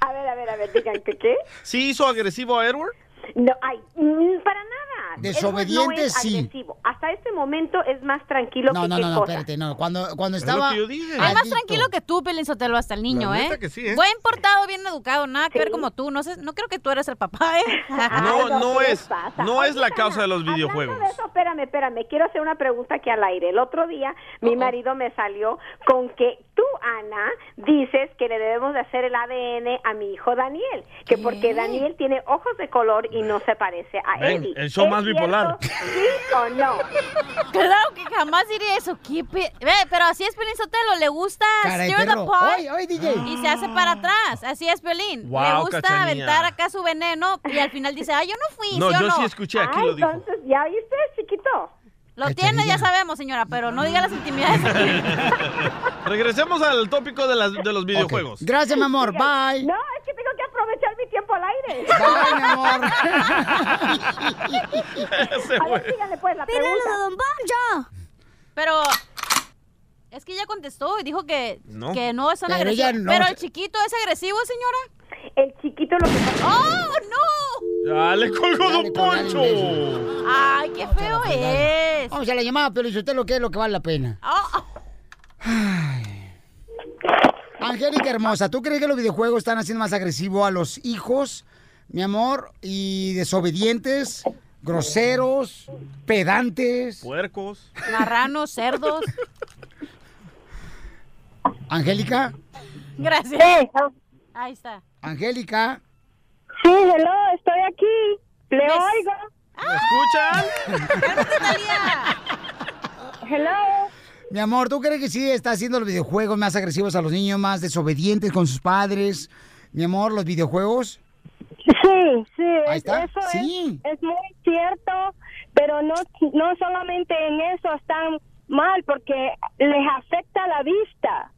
A ver, a ver, a ver, digan que qué. sí hizo agresivo a Edward. No, ay, mm, para nada. Desobediente, Edward no es sí. agresivo. Hasta este momento es más tranquilo No, que no, qué no, no, cosa. espérate, no. Cuando, cuando Es lo estaba. que yo dije. Es más tranquilo que tú, Pelín Sotelo, hasta el niño, La ¿eh? neta que sí, ¿eh? Buen portado, bien educado, nada que ver como tú. No sé, no creo que tú eres el papá, ¿eh? No, no es, no es la causa de los videojuegos. Hablando de eso, espérame, espérame. Quiero hacer una pregunta aquí al aire. El otro día Oh, mi marido me salió con que tú, Ana, dices que le debemos de hacer el ADN a mi hijo Daniel, que porque Daniel tiene ojos de color y no se parece a Ven, Eddie. Eh, el show ¿Es más bipolar. cierto, ¿Sí o no? Claro que jamás diría eso. ¿qué pe- Ve, pero así es Pelín Sotelo, le gusta Cara de stir the perro. pot Oy, oy, DJ. y se hace para atrás. Así es Pelín. le Wow, gusta Cachanilla. aventar acá su veneno y al final dice, ay, yo no fui, No, ¿sí o yo sí escuché, aquí Ay, lo dijo. entonces, ¿ya oíste, chiquito? Lo tiene, ya sabemos, señora, pero no diga las intimidades aquí. Regresemos al tópico de, las- de los videojuegos. Gracias, mi amor. Bye. No, es que tengo que aprovechar mi tiempo al aire. Bye, mi amor. a ver, síganle pues la Pídelo de pregunta. Don Pero es que ella contestó y dijo que No. no, que no es tan Pero agresivo. ella no. Pero el chiquito es agresivo, señora. El chiquito lo que ¡Oh, no! ¡Ya le colgó Don Poncho! ¡Ay, qué feo es! Vamos a la llamada, pero si usted lo que es lo que vale la pena. Ay. Angélica hermosa, ¿tú crees que los videojuegos están haciendo más agresivo a los hijos, mi amor, y desobedientes, groseros, pedantes? Puercos. Marranos, cerdos. Angélica, Gracias. Sí. Ahí está. Angélica. Sí, hello, estoy aquí. Le ¿Me- oigo. ¡Ah! ¿Me escuchan? Hello. Mi amor, ¿tú crees que sí está haciendo los videojuegos más agresivos a los niños, más desobedientes con sus padres? Mi amor, los videojuegos. Sí, sí, Ahí es- está. eso es- Sí. es, muy cierto, pero no, no solamente en eso están mal, porque les afecta la vista.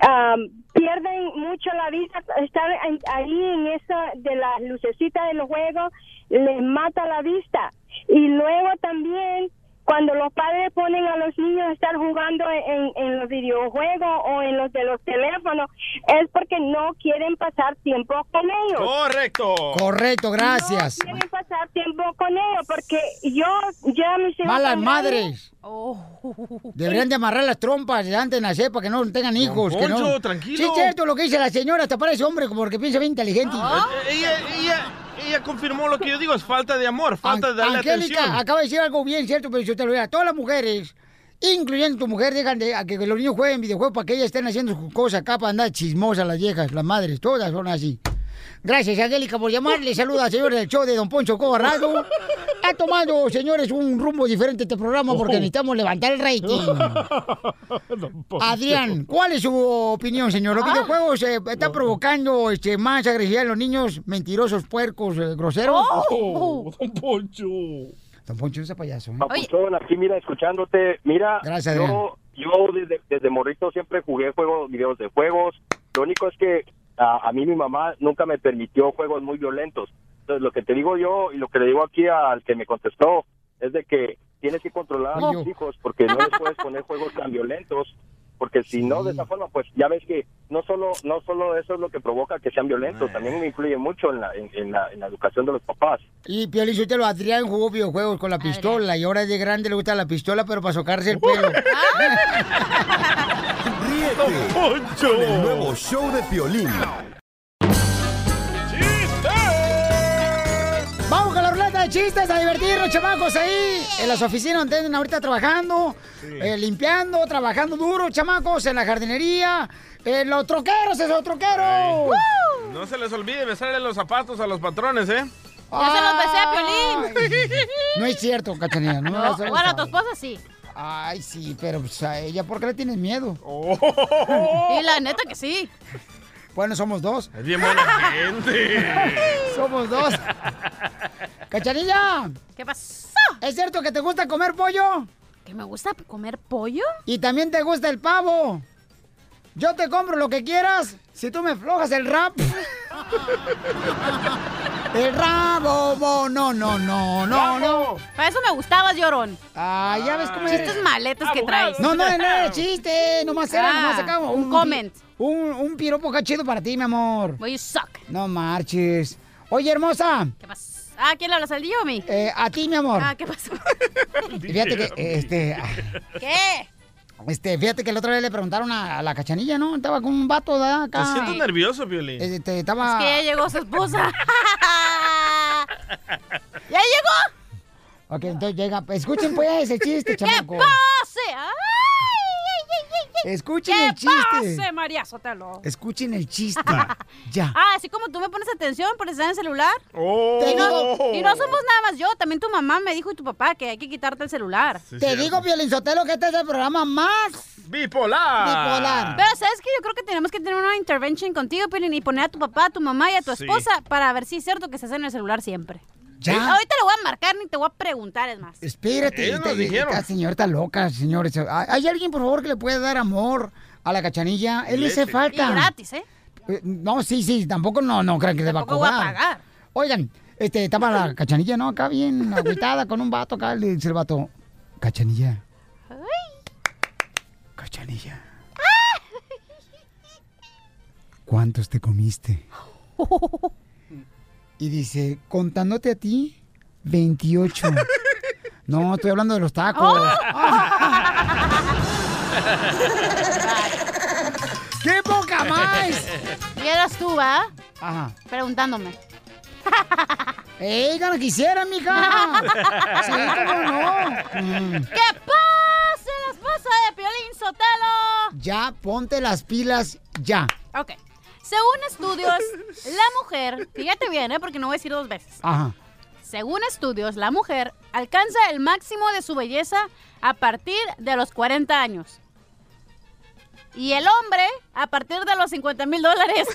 Am, pierden mucho la vista, estar en- ahí en esa de las lucecitas de los juegos les mata la vista. Y luego también cuando los padres ponen a los niños a estar jugando en, en los videojuegos o en los de los teléfonos, es porque no quieren pasar tiempo con ellos. Correcto. Correcto, gracias. No quieren pasar tiempo con ellos porque yo ya mis hijos Malas son grandes. madres. Oh. Deberían de amarrar las trompas de antes de nacer para que no tengan hijos. que no- Poncho, tranquilo. Sí, es cierto lo que dice la señora, hasta parece hombre como porque piensa bien inteligente. Eh, Ella, ella, ella confirmó lo que yo digo, es falta de amor, falta de darle Angélica, atención. acaba de decir algo bien cierto, pero yo te lo digo. Todas las mujeres, incluyendo tu mujer, dejan de, a que los niños jueguen videojuegos para que ellas estén haciendo sus cosas acá para andar chismosas las viejas, las madres, todas son así. Gracias, Angélica, por llamarle. Saluda, señores del show de Don Poncho Corrado. Ha tomado, señores, un rumbo diferente este programa porque Oh. necesitamos levantar el rating. Adrián, ¿cuál es su opinión, señor? Ah. ¿Los videojuegos eh, están provocando este, más agresividad en los niños mentirosos, puercos, eh, groseros? Oh, don Poncho. Don Poncho es payaso. ¿eh? Papuchón, aquí mira, escuchándote, mira, Gracias, yo, yo desde, desde morrito siempre jugué juegos, videos de juegos, lo único es que a, a mí mi mamá nunca me permitió juegos muy violentos, entonces lo que te digo yo y lo que le digo aquí al que me contestó es de que tienes que controlar a tus hijos porque no les puedes poner juegos tan violentos, porque si no de esa forma pues ya ves que no solo no solo eso es lo que provoca que sean violentos, también influye mucho en la, en- en la, en la educación de los papás. Y Piolín Sotelo, Adrián jugó videojuegos con la pistola y ahora de grande le gusta la pistola, pero para socarse el pelo. Poncho. Con el nuevo show de Piolín. Vamos con la ruleta de chistes a divertirnos, chamacos, ahí en las oficinas donde andan ahorita trabajando, eh, limpiando, trabajando duro, chamacos, en la jardinería, en los troqueros, esos troqueros. No se les olvide besarle los zapatos a los patrones, ¿eh? Ya se los besé a Ay. Piolín. No es cierto, Cachanilla. No, me No, vas a bueno, besar. a tu esposa sí. Ay, sí, pero pues, a ella, ¿por qué le tienes miedo? Oh. Y la neta que sí. Bueno, somos dos. Oh. Es bien buena gente. Somos dos. Cachanilla. ¿Qué pasó? ¿Es cierto que te gusta comer pollo? ¿Que me gusta comer pollo? Y también te gusta el pavo. Yo te compro lo que quieras si tú me flojas el rap. el rabo, bo, no, no, no, no, no. Para eso me gustabas, llorón. Ah, ya ves cómo Chistes eres. maletas que traes. No, no, no era chiste. Nomás era, Ah, nomás acá. un comment. Un, un piropo cachido para ti, mi amor. Well, you suck. No marches. Oye, hermosa. ¿Qué pasa? Ah, ¿quién le hablas? ¿Al Dio o a mí? eh, a ti, mi amor. Ah, ¿qué pasó? Fíjate que, eh, este, ah, ¿Qué? este, fíjate que la otra vez le preguntaron a, a la cachanilla, ¿no? Estaba con un vato de acá. Te siento nervioso, Piolín. Este, estaba... Es que ya llegó su esposa. ¿Ya llegó? Ok, entonces llega. Escuchen pues el chiste, chamaco. ¡Pase! ¡Ay, ay, ay, ay, ay! Escuchen ¡Que el chiste. pase, María Sotelo! Escuchen el chiste. ya. Ah, así como tú me pones atención por estar en el celular. Y, digo- no, y no somos nada más yo, también tu mamá me dijo y tu papá que hay que quitarte el celular. Te digo, Violín Sotelo, que este es el programa más... Bipolar. Bipolar. Pero sabes que yo creo que tenemos que tener una intervention contigo, Pilín, y poner a tu papá, a tu mamá y a tu Sí. esposa para ver si es cierto que estás en el celular siempre. Ya. Eh, Ahorita le voy a marcar ni te voy a preguntar, es más. Espérate. este, Ellos nos esta- dijeron. Esta señora está loca, señores. ¿Hay alguien, por favor, que le pueda dar amor a la cachanilla? Él le hace Leche. falta. Y gratis, ¿eh? Eh, No, sí, sí, tampoco no, no crean que se va a Tampoco voy cobrar. a pagar. Oigan, este, estaba la cachanilla, ¿no? Acá bien agüitada con un vato acá, le dice el vato, cachanilla, cachanilla. ¿Cuántos te comiste? Y dice, contándote a ti, 28. No, estoy hablando de los tacos. Oh. Ah, ¡Qué poca más! Y eras tú, ¿va? Ajá. Preguntándome. ¡Ey, gana quisiera, mija! Sí, cómo no. Mm. ¡Que pase la esposa de Piolín Sotelo! Ya, ponte las pilas, ya. Ok. Según estudios, la mujer, fíjate bien, ¿eh? Porque no voy a decir dos veces. Ajá. Según estudios, la mujer alcanza el máximo de su belleza a partir de los 40 años. Y el hombre a partir de los 50 mil dólares.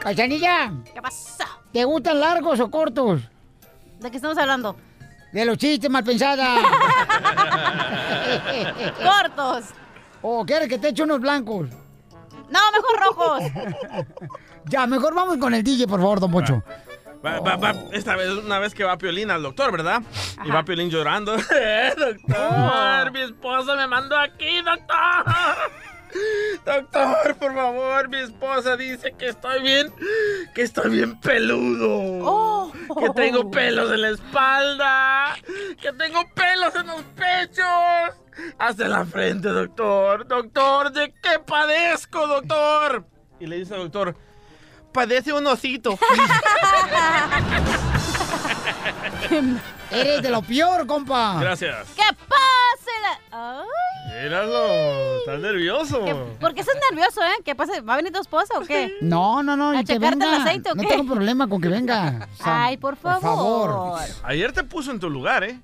Cachanilla, ¿Qué pasa? ¿te gustan largos o cortos? ¿De qué estamos hablando? De los chistes, mal pensada. Cortos. ¿O quieres que te eche unos blancos? No, mejor rojos. ya, mejor vamos con el DJ, por favor, don Pocho. Va- va- va- Esta vez, una vez que va Piolín al doctor, ¿verdad? Y va Piolín llorando. "Eh, Oh. doctor, mi esposa me mandó aquí, doctor. Doctor, por favor, mi esposa dice que estoy bien, que estoy bien peludo. Que tengo pelos en la espalda, que tengo pelos en los pechos, hasta la frente, doctor. Doctor, ¿de qué padezco, doctor? Y le dice al doctor, padece un osito. Eres de lo peor, compa. Gracias. ¡Que pase la... Ay, Míralo, estás nervioso. ¿Por qué estás nervioso, eh? ¿Qué pasa? ¿Va a venir tu esposa o qué? No, no, no. ¿A y que checarte el venga. aceite o no qué? tengo problema con que venga. O sea, Ay, por favor. favor. Ayer te puso en tu lugar, ¿eh?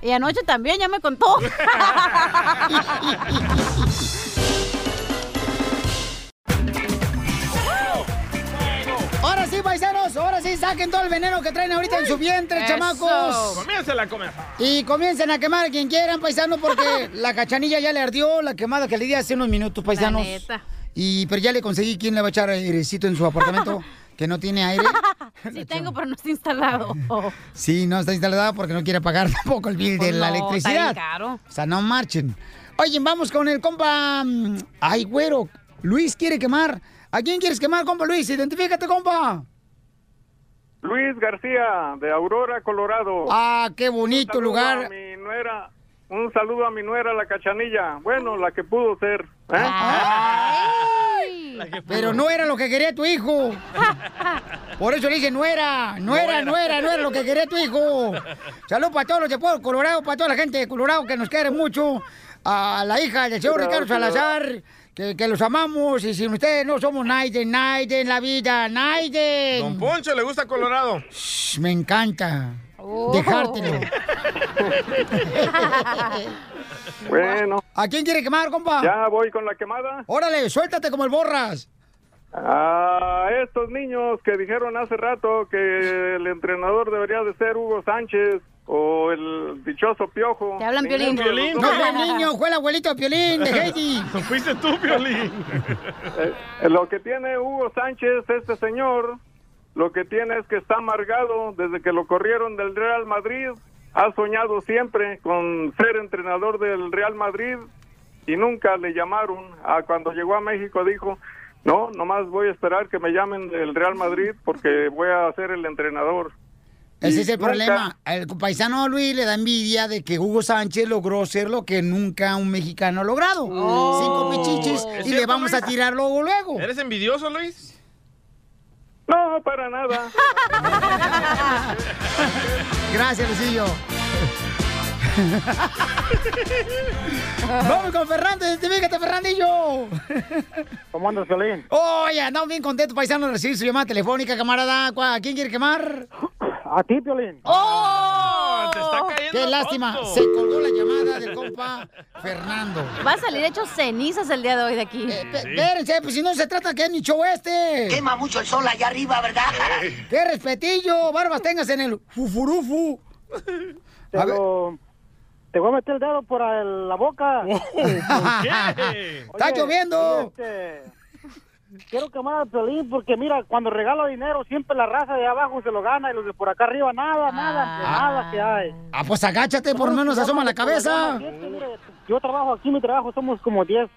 Y anoche también ya me contó. Pues Ahora sí, paisanos, ahora sí, saquen todo el veneno que traen ahorita en su vientre, chamacos. Comienza la comida. Y comiencen a quemar a quien quieran, paisano, porque la cachanilla ya le ardió la quemada que le di hace unos minutos, paisanos. neta. Y pero ya le conseguí quién le va a echar airecito en su apartamento que no tiene aire. Sí tengo, pero no está instalado. Oh. Sí, no está instalada porque no quiere pagar tampoco el bill de Pues la no, electricidad. está bien caro. O sea, no marchen. Oye, vamos con el compa. mm, Ay, güero. Luis quiere quemar. ¿A quién quieres quemar, compa Luis? Identifícate, compa. Luis García, de Aurora, Colorado. Ah, qué bonito Un saludo lugar. a mi nuera, un saludo a mi nuera, la cachanilla. Bueno, la que pudo ser. ¿eh? Ah. Pero no era lo que quería tu hijo. Por eso le dije, no era, no, era, no era, no era lo que quería tu hijo. Saludos para todos los de Pueblo Colorado, para toda la gente de Colorado que nos quiere mucho. A la hija del señor Ricardo Salazar, que, que los amamos. Y sin ustedes no somos nadie, nadie en la vida, nadie. Don Poncho le gusta Colorado. Me encanta. Oh. Dejártelo. Bueno. ¿A quién quiere quemar, compa? Ya voy con la quemada. Órale, suéltate como el borras. A estos niños que dijeron hace rato que el entrenador debería de ser Hugo Sánchez o el dichoso Piojo. Te hablan Piolín. Ninguno de los No dos. fue el niño, fue el abuelito de Piolín de Heidi. Fuiste tú, Piolín. Eh, lo que tiene Hugo Sánchez, este señor, lo que tiene es que está amargado desde que lo corrieron del Real Madrid. Ha soñado siempre con ser entrenador del Real Madrid y nunca le llamaron. A cuando llegó a México dijo, no, nomás voy a esperar que me llamen del Real Madrid porque voy a ser el entrenador. Ese es Y el nunca- problema. El paisano Luis le da envidia de que Hugo Sánchez logró ser lo que nunca un mexicano ha logrado. Cinco pichichis y ¿Es le cierto, Eh. vamos a Luis? tirar luego, luego. ¿Eres envidioso, Luis? No, para nada. Gracias, Luisillo. Vamos con Ferrando, identifícate, Ferrandillo. ¿Cómo andas, Piolín? Oye, andamos bien contentos, paisano, de recibir su llamada telefónica, camarada. ¿Cu- ¿A quién quiere quemar? A ti, Piolín. ¡Oh! Qué tonto. lástima, se colgó la llamada del compa Fernando. Va a salir hecho cenizas el día de hoy de aquí. Espérense, pues si no se trata que es mi show este. Quema mucho el sol allá arriba, ¿verdad? ¡Qué respetillo! Barbas tengas en el fufurufu. Te, lo- te voy a meter el dedo por el- la boca. ¡Está lloviendo! Quiero quemar al Piolín porque mira, cuando regalo dinero siempre la raza de abajo se lo gana y los de por acá arriba nada, nada, nada que hay. Ah, pues agáchate, por lo menos asoma la cabeza. Yo trabajo aquí, mi trabajo, somos como 10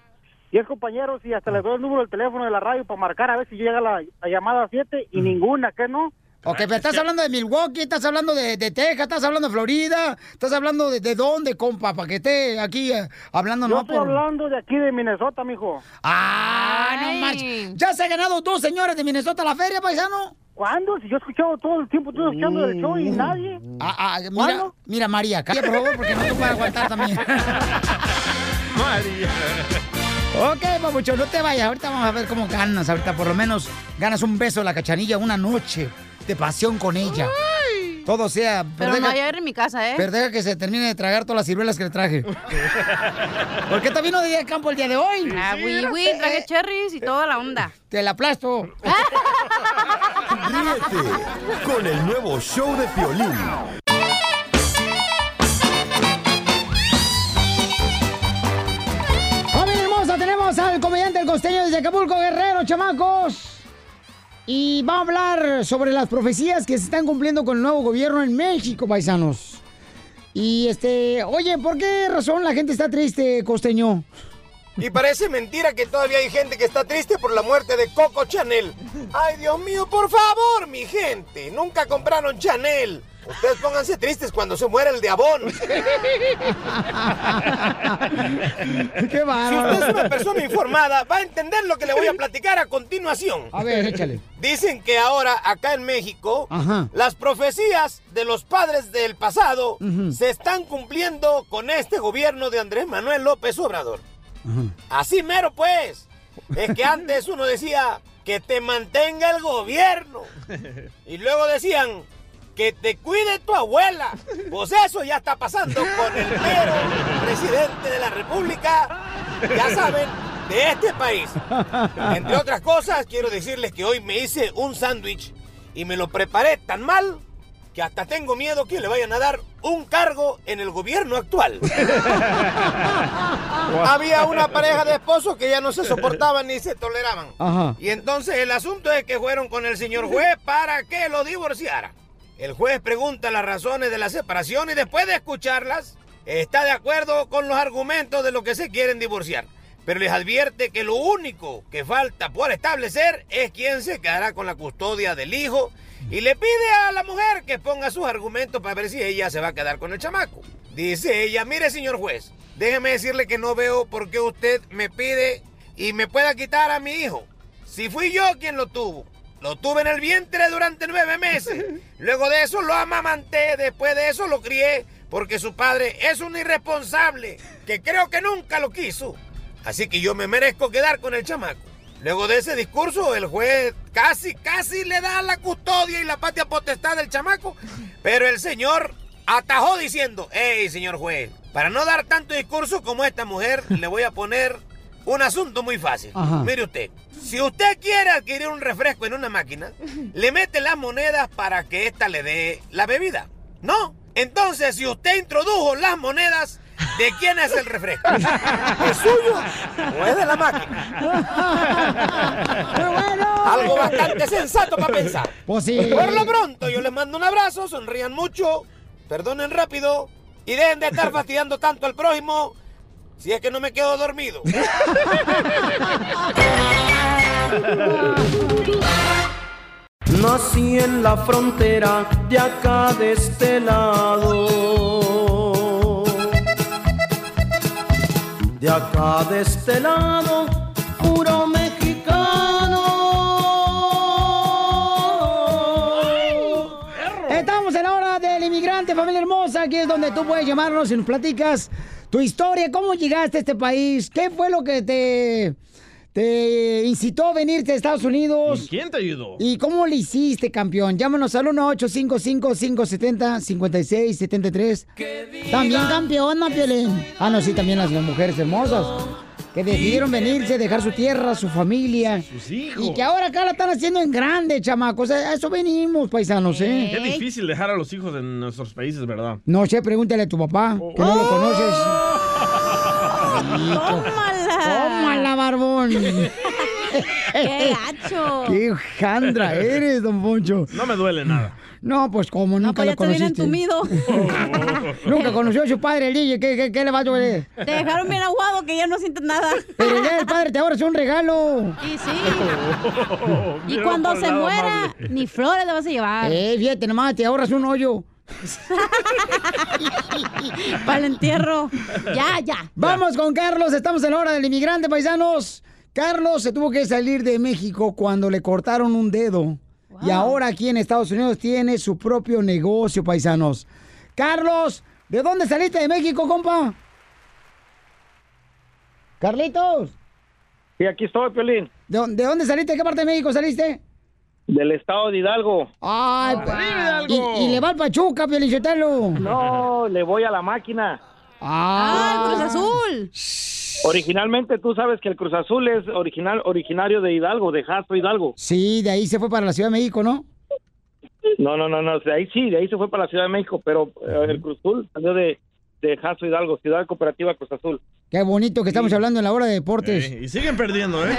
10 compañeros y hasta les doy el número del teléfono de la radio para marcar a ver si llega la, la llamada 7 Mm. y ninguna, ¿qué no? Ok, pero estás hablando de Milwaukee, estás hablando de, de Texas, estás hablando de Florida, estás hablando de, de dónde, compa, para que esté aquí eh, hablando Yo no estoy por... hablando de aquí de Minnesota, mijo. ¡Ah, no manches! ¿Ya se ha ganado dos señores de Minnesota a la feria, paisano? Mm. ¿Cuándo? Si yo he escuchado todo el tiempo, estoy escuchando el show y nadie. Ah, ah, mira, ¿Cuándo? mira, María, cállate, por favor, porque no te puedo aguantar también. María. Ok, papucho, no te vayas. Ahorita vamos a ver cómo ganas. Ahorita por lo menos ganas un beso de la cachanilla, una noche de pasión con ella. Todo sea... Pero no deja- ayer en mi casa, ¿eh? pero deja que se termine de tragar todas las ciruelas que le traje. Porque te vino de día de campo el día de hoy. Ah, oui, oui, traje cherries y toda la onda. Te la aplasto. Ríete con el nuevo show de Piolín. ¡Familia hermosa! Tenemos al comediante El Costeño desde Acapulco, Guerrero, chamacos. Y va a hablar sobre las profecías que se están cumpliendo con el nuevo gobierno en México, paisanos. Y este, oye, ¿por qué razón la gente está triste, Costeño? Y parece mentira que todavía hay gente que está triste por la muerte de Coco Chanel. Ay, Dios mío, por favor, mi gente. Nunca compraron Chanel. Ustedes pónganse tristes cuando se muera el de Avon. ¡Qué Si bárbaro! usted es una persona informada, va a entender lo que le voy a platicar a continuación. A ver, échale. Dicen que ahora, acá en México, Ajá. las profecías de los padres del pasado se están cumpliendo con este gobierno de Andrés Manuel López Obrador. Así mero, pues. Es que antes uno decía que te mantenga el gobierno. Y luego decían que te cuide tu abuela. Pues eso ya está pasando con el mero presidente de la República. Ya saben, de este país. Entre otras cosas, quiero decirles que hoy me hice un sándwich y me lo preparé tan mal que hasta tengo miedo que le vayan a dar un cargo en el gobierno actual. Había una pareja de esposos que ya no se soportaban ni se toleraban. Ajá. Y entonces el asunto es que fueron con el señor juez para que lo divorciara. El juez pregunta las razones de la separación y después de escucharlas, está de acuerdo con los argumentos de lo que se quieren divorciar. Pero les advierte que lo único que falta por establecer es quién se quedará con la custodia del hijo y le pide a la mujer que ponga sus argumentos para ver si ella se va a quedar con el chamaco. Dice ella, mire señor juez, déjeme decirle que no veo por qué usted me pide y me pueda quitar a mi hijo. Si fui yo quien lo tuvo, lo tuve en el vientre durante nueve meses. Luego de eso lo amamanté, después de eso lo crié, porque su padre es un irresponsable que creo que nunca lo quiso. Así que yo me merezco quedar con el chamaco. Luego de ese discurso, el juez casi, casi le da la custodia y la patria potestad del chamaco. Pero el señor atajó diciendo, hey, señor juez, para no dar tanto discurso como esta mujer, le voy a poner un asunto muy fácil. Ajá. Mire usted, si usted quiere adquirir un refresco en una máquina, le mete las monedas para que ésta le dé la bebida. ¿No? Entonces, si usted introdujo las monedas, ¿de quién es el refresco? ¿Es suyo o es de la máquina? Algo bastante sensato para pensar. Pues sí. Por lo pronto, yo les mando un abrazo, sonrían mucho, perdonen rápido y dejen de estar fastidiando tanto al prójimo si es que no me quedo dormido. Nací en la frontera de acá de este lado. De acá de este lado, puro mexicano. Estamos en la hora del inmigrante, familia hermosa. Aquí es donde tú puedes llamarnos y nos platicas tu historia, cómo llegaste a este país, qué fue lo que te, te incitó a venirte a Estados Unidos. ¿Quién te ayudó? ¿Y cómo le hiciste, campeón? Llámanos al 1-855-570-5673. También campeón, Mapiolín. Ah, no, sí, también las mujeres hermosas. Que decidieron venirse, dejar su tierra, su familia. Sus hijos. Y que ahora acá la están haciendo en grande, chamacos. A eso venimos, paisanos, ¿eh? Qué difícil dejar a los hijos en nuestros países, ¿verdad? No sé, pregúntale a tu papá, Oh. que no lo conoces. ¡Tómala! ¡Tómala, barbón! ¡Qué gacho! ¡Qué jandra eres, don Poncho! No me duele nada. No, pues como nunca pues ya lo te viene conociste. entumido. nunca conoció a su padre, el DJ. ¿Qué, qué, qué le va a doler? Te dejaron bien aguado que ya no sientes nada. Pero ya el padre te ahorra un regalo. Y Oh, sí. y cuando se muera, ni flores le vas a llevar. Eh, fíjate nomás, te ahorras un hoyo. Para el entierro. Ya, ya. Vamos con Carlos, estamos en la hora del inmigrante, paisanos. Carlos se tuvo que salir de México cuando le cortaron un dedo. Y ahora aquí en Estados Unidos tiene su propio negocio, paisanos. Carlos, ¿de dónde saliste de México, compa? Carlitos. Sí, aquí estoy, Piolín. ¿De, dónde- de dónde saliste? ¿De qué parte de México saliste? Del estado de Hidalgo. Ah. Ay, pa- y, y le va al Pachuca, Pielichotelo. No, le voy a la máquina. Ah, el Cruz Azul. Originalmente tú sabes que el Cruz Azul es original, originario de Hidalgo, de Jaso Hidalgo. Sí, de ahí se fue para la Ciudad de México, ¿no? No, no, no, no, de ahí sí, de ahí se fue para la Ciudad de México, pero eh, el Cruz Azul salió de, de Jaso Hidalgo, Ciudad Cooperativa Cruz Azul. Qué bonito que estamos hablando en la hora de deportes. y siguen perdiendo, ¿eh?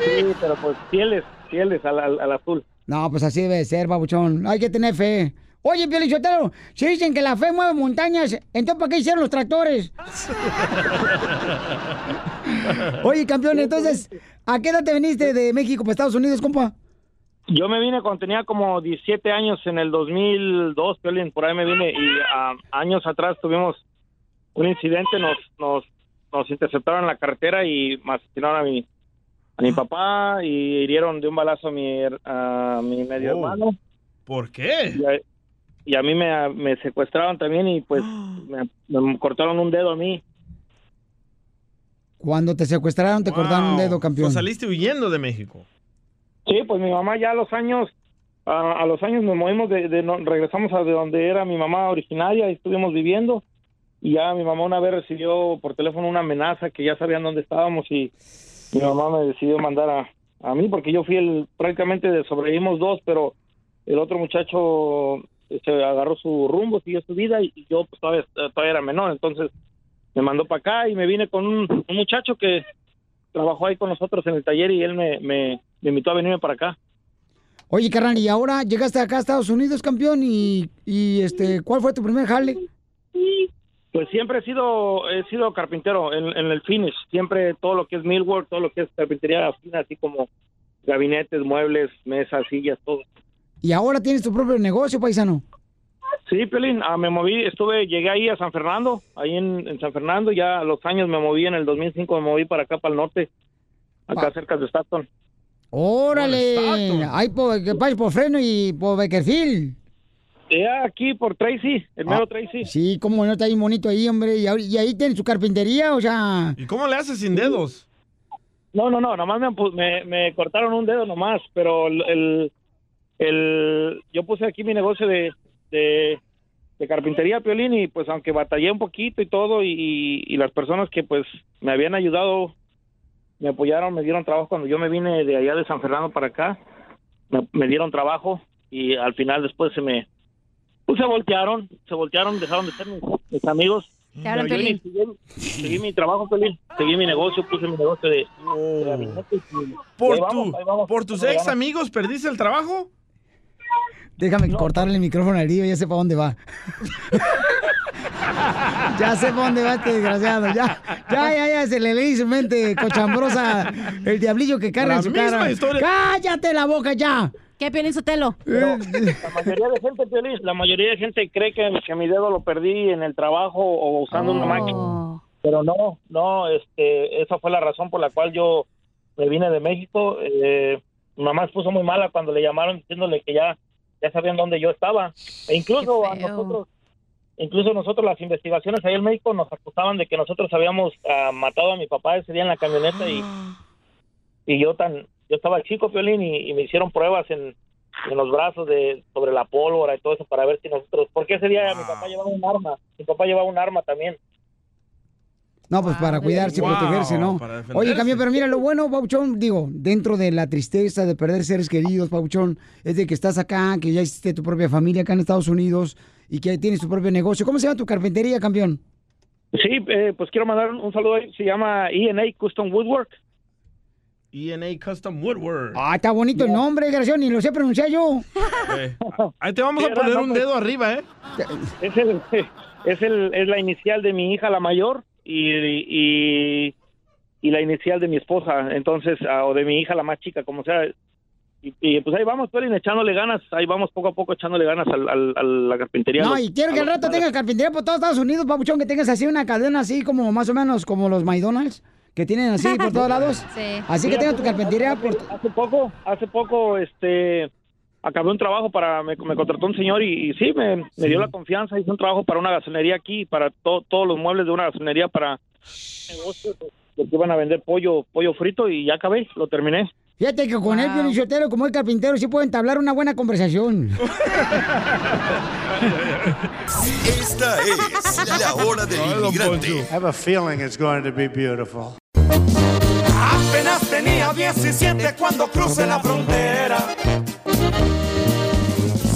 Sí, pero pues fieles, fieles al, al- al azul. No, pues así debe de ser, babuchón. Hay que tener fe. Oye, Pielichotelo, si dicen que la fe mueve montañas, entonces ¿para qué hicieron los tractores? Oye, campeón, entonces, ¿a qué edad te viniste de México para Estados Unidos, compa? Yo me vine cuando tenía como 17 años en el 2002, Piolín, por ahí me vine y ah, años atrás tuvimos un incidente, nos, nos, nos interceptaron en la carretera y asesinaron a mi, a Ah. mi papá y hirieron de un balazo a mi, her- a mi medio Oh. hermano. ¿Por qué? Y a, y a mí me, me secuestraron también y pues me, me cortaron un dedo a mí. Cuando te secuestraron, te cortaron un dedo, campeón. Pues saliste huyendo de México. Sí, pues mi mamá ya a los años, a, a los años nos movimos, de, de- no- regresamos a de donde era mi mamá originaria y estuvimos viviendo. Y ya mi mamá una vez recibió por teléfono una amenaza que ya sabían dónde estábamos y mi mamá me decidió mandar a, a mí porque yo fui el, prácticamente de- sobrevivimos dos, pero el otro muchacho se agarró su rumbo, siguió su vida y yo pues, todavía, todavía era menor, entonces me mandó para acá y me vine con un, un muchacho que trabajó ahí con nosotros en el taller y él me, me, me invitó a venirme para acá. Oye, carnal, ¿y ahora llegaste acá a Estados Unidos, campeón? ¿Y, y, este, cuál fue tu primer jale? Pues siempre he sido, he sido carpintero en, en el finish, siempre todo lo que es millwork, todo lo que es carpintería fina, así como gabinetes, muebles, mesas, sillas, todo. ¿Y ahora tienes tu propio negocio, paisano? Sí, Piolín, ah, me moví, estuve, llegué ahí a San Fernando, ahí en, en San Fernando, ya a los años me moví, en el 2005 me moví para acá, para el norte, acá cerca de Staton. ¡Órale! Ahí por, que pases por Freno y por Beckerfield. Ya aquí por Tracy, el mero Ah, Tracy. Sí, cómo no, está bien bonito ahí, hombre. Y, ahí- y ahí tienen su carpintería, o sea... ¿Y cómo le haces sin dedos? No, no, no, nomás me, ampu- me, me cortaron un dedo nomás, pero el, el, el- yo puse aquí mi negocio de, de, de carpintería, Piolín, y pues aunque batallé un poquito y todo, y, y- y las personas que pues me habían ayudado me apoyaron, me dieron trabajo cuando yo me vine de allá de San Fernando para acá, me, me dieron trabajo y al final después se me, pues se voltearon, se voltearon, dejaron de ser mis, mis amigos. Te hablan, Pero yo Pelín. ni- seguí, seguí mi trabajo, Pelín, seguí mi negocio, puse mi negocio de... de aguacates y- Oh. ¿Por, ahí vamos, tu- ahí vamos. ¿Por tus ex amigos perdiste el trabajo? Déjame cortarle el micrófono al lío, ya sé para dónde va. ya sé para dónde va este desgraciado. Ya, ya, ya, ya, se le leí su mente cochambrosa el diablillo que carga La en su misma cara. historia. ¡Cállate la boca ya! ¿Qué Piolín Sotelo? Pero la mayoría de gente, Piolín, la mayoría de gente cree que, que mi dedo lo perdí en el trabajo o usando una máquina. Pero no, no, este, esa fue la razón por la cual yo me vine de México. Eh, mi mamá se puso muy mala cuando le llamaron diciéndole que ya, ya sabían dónde yo estaba. E incluso a nosotros, incluso nosotros las investigaciones ahí en México nos acusaban de que nosotros habíamos ah, matado a mi papá ese día en la camioneta y y yo tan yo estaba chico Piolín y, y me hicieron pruebas en, en los brazos de sobre la pólvora y todo eso para ver si nosotros porque ese día mi papá llevaba un arma mi papá llevaba un arma también No, pues para cuidarse y Wow, protegerse, ¿no? para defenderse. Oye, cambio, pero mira, lo bueno, Pauchón, digo, dentro de la tristeza de perder seres queridos, Pauchón, es de que estás acá, que ya hiciste tu propia familia acá en Estados Unidos y que tienes tu propio negocio. ¿Cómo se llama tu carpintería, campeón? sí eh, pues quiero mandar un, un saludo ahí, se llama ENA Custom Woodwork ENA E Custom Woodward. Ah, está bonito el nombre, desgraciado, ni lo sé pronunciar yo. Eh, Ahí te vamos a poner un dedo arriba, ¿eh? pues. es el, es el es la inicial de mi hija la mayor y y, y la inicial de mi esposa entonces ah, o de mi hija la más chica como sea y, y, pues ahí vamos Piolín echándole ganas ahí vamos poco a poco echándole ganas al, al- a la carpintería No, Los- y quiero que a al los- rato tengas carpintería por todos Estados Unidos, Pauchón, que tengas así una cadena así como más o menos como los McDonald's, que tienen así por todos lados. Así que Mira, tengas tu hace- carpintería hace- por... Hace poco, hace poco, este, acabé un trabajo para, me, me contrató un señor y, y sí, me, me dio la confianza, hice un trabajo para una gasolinería aquí, para to- todos los muebles de una gasolinería para negocios de que iban a vender pollo, pollo frito y ya acabé, lo terminé. Fíjate que con el pionichotero como el carpintero sí pueden entablar una buena conversación. Esta es la hora del inmigrante. I have a feeling it's going to be beautiful. Apenas tenía 17 cuando crucé la frontera.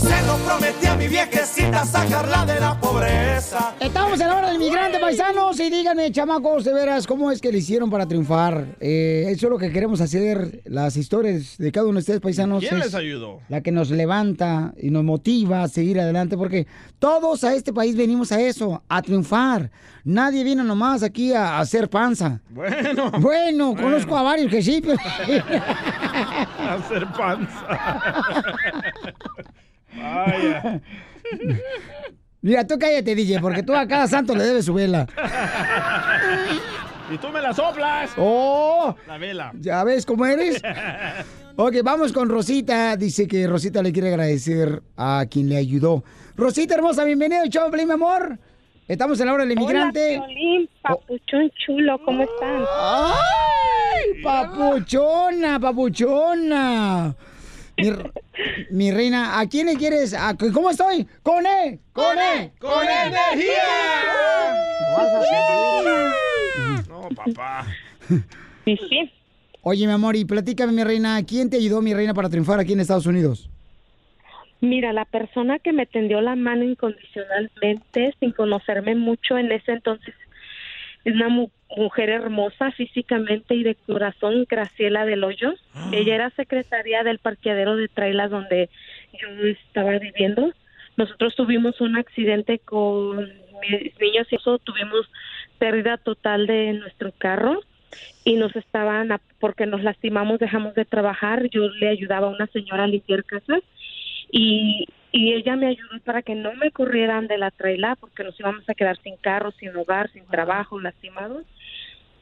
Se lo prometí a mi viejecita sacarla de la pobreza. Estamos en la hora del migrante, paisanos, y díganme, chamacos, de veras, ¿cómo es que le hicieron para triunfar? Eh, eso es lo que queremos hacer, las historias de cada uno de ustedes, paisanos. ¿Quién es les ayudó? La que nos levanta y nos motiva a seguir adelante, porque todos a este país venimos a eso, a triunfar. Nadie viene nomás aquí a, a hacer panza. Bueno. Bueno, conozco a varios que sí, pero... Hacer panza. Vaya. Mira, tú cállate, DJ, porque tú a cada santo le debes su vela. Y tú me la soplas. ¡Oh! La vela. ¿Ya ves cómo eres? Ok, vamos con Rosita. Dice que Rosita le quiere agradecer a quien le ayudó. Rosita hermosa, bienvenida al show, Pelín, mi amor. Estamos en la hora del inmigrante. Oh. Hola, Piolín, papuchón chulo, ¿cómo están? ¡Ay! Papuchona, papuchona. Mi, mi reina, ¿a quién le quieres? a- ¿Cómo estoy? ¡Con él! ¡Con E! él! ¡Con energía! No, papá. Oye, mi amor, y platícame, mi reina, ¿quién te ayudó, mi reina, para triunfar aquí en Estados Unidos? Mira, la persona que me tendió la mano incondicionalmente, sin conocerme mucho en ese entonces, es una mu- mujer hermosa físicamente y de corazón, Graciela del Hoyo. Ella era secretaria del parqueadero de trailers donde yo estaba viviendo. Nosotros tuvimos un accidente con mis niños y eso tuvimos pérdida total de nuestro carro y nos estaban, a- porque nos lastimamos, dejamos de trabajar. Yo le ayudaba a una señora a limpiar casas y, y ella me ayudó para que no me corrieran de la traila porque nos íbamos a quedar sin carro, sin hogar, sin trabajo, lastimados.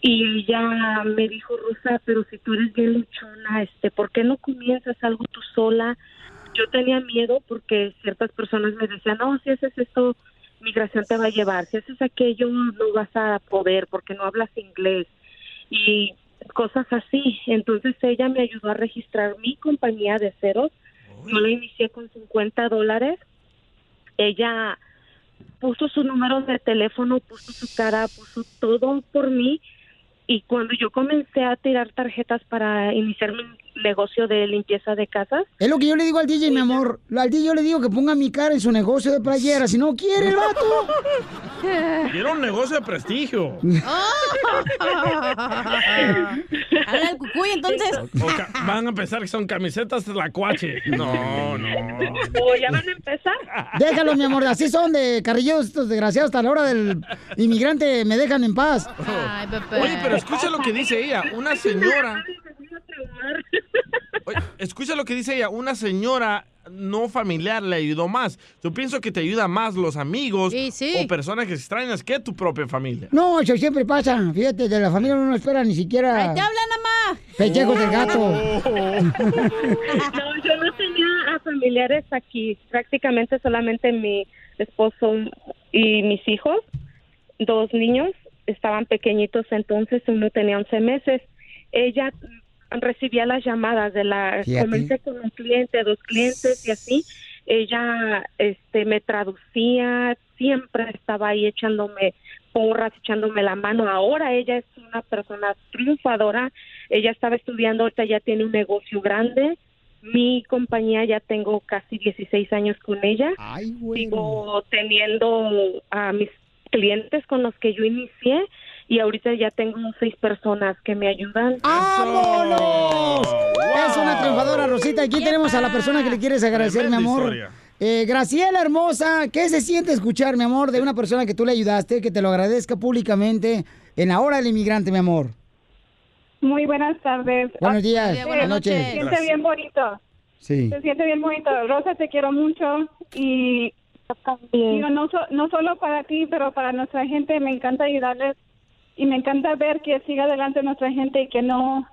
Y ella me dijo, Rosa, pero si tú eres bien luchona, este, ¿por qué no comienzas algo tú sola? Yo tenía miedo porque ciertas personas me decían, no, si haces esto, migración te va a llevar, si haces aquello, no vas a poder porque no hablas inglés y cosas así. Entonces ella me ayudó a registrar mi compañía de ceros. Yo la inicié con 50 dólares. Ella puso su número de teléfono, puso su cara, puso todo por mí y cuando yo comencé a tirar tarjetas para iniciar mi negocio de limpieza de casas, Es lo que yo le digo al DJ, mi amor. Al DJ yo le digo que ponga mi cara en su negocio de playera. Si no quiere el vato. Era un negocio de prestigio. Habla el cucuy, entonces. O ca- van a pensar que son camisetas tlacuache. No, no. ya van a empezar. Déjalo, mi amor. Así son de carrilleros estos desgraciados. Hasta la hora del inmigrante me dejan en paz. Ay, Pepe. Oye, pero escucha lo que dice ella. Una señora. Oye, escucha lo que dice ella. Una señora no familiar le ayudó más. Yo pienso que te ayuda más los amigos o personas que extrañas que tu propia familia. No, eso siempre pasa. Fíjate, de la familia uno no espera ni siquiera. Te hablan, mamá. Pellejos del gato. No, yo no tenía a familiares aquí, prácticamente solamente mi esposo y mis hijos, dos niños, estaban pequeñitos entonces, uno tenía 11 meses. Ella recibía las llamadas de la Fíjate. comencé con un cliente, dos clientes y así. Ella este me traducía, siempre estaba ahí echándome porras, echándome la mano. Ahora ella es una persona triunfadora. Ella estaba estudiando, ahorita ya tiene un negocio grande. Mi compañía ya tengo casi 16 años con ella. Sigo teniendo a mis clientes con los que yo inicié y ahorita ya tengo seis personas que me ayudan. ¡Vámonos! Es una triunfadora, Rosita. Aquí tenemos a la persona que le quieres agradecer, mi Tremenda amor. historia. Eh, Graciela hermosa, ¿qué se siente escuchar, mi amor, de una persona que tú le ayudaste, que te lo agradezca públicamente en la hora del inmigrante, mi amor? Muy buenas tardes. Buenos días, Eh, buenas noches. Se siente bien bonito. Sí. Se siente bien bonito. Rosa, te quiero mucho y digo, no, so- no solo para ti, pero para nuestra gente. Me encanta ayudarles y me encanta ver que siga adelante nuestra gente y que no,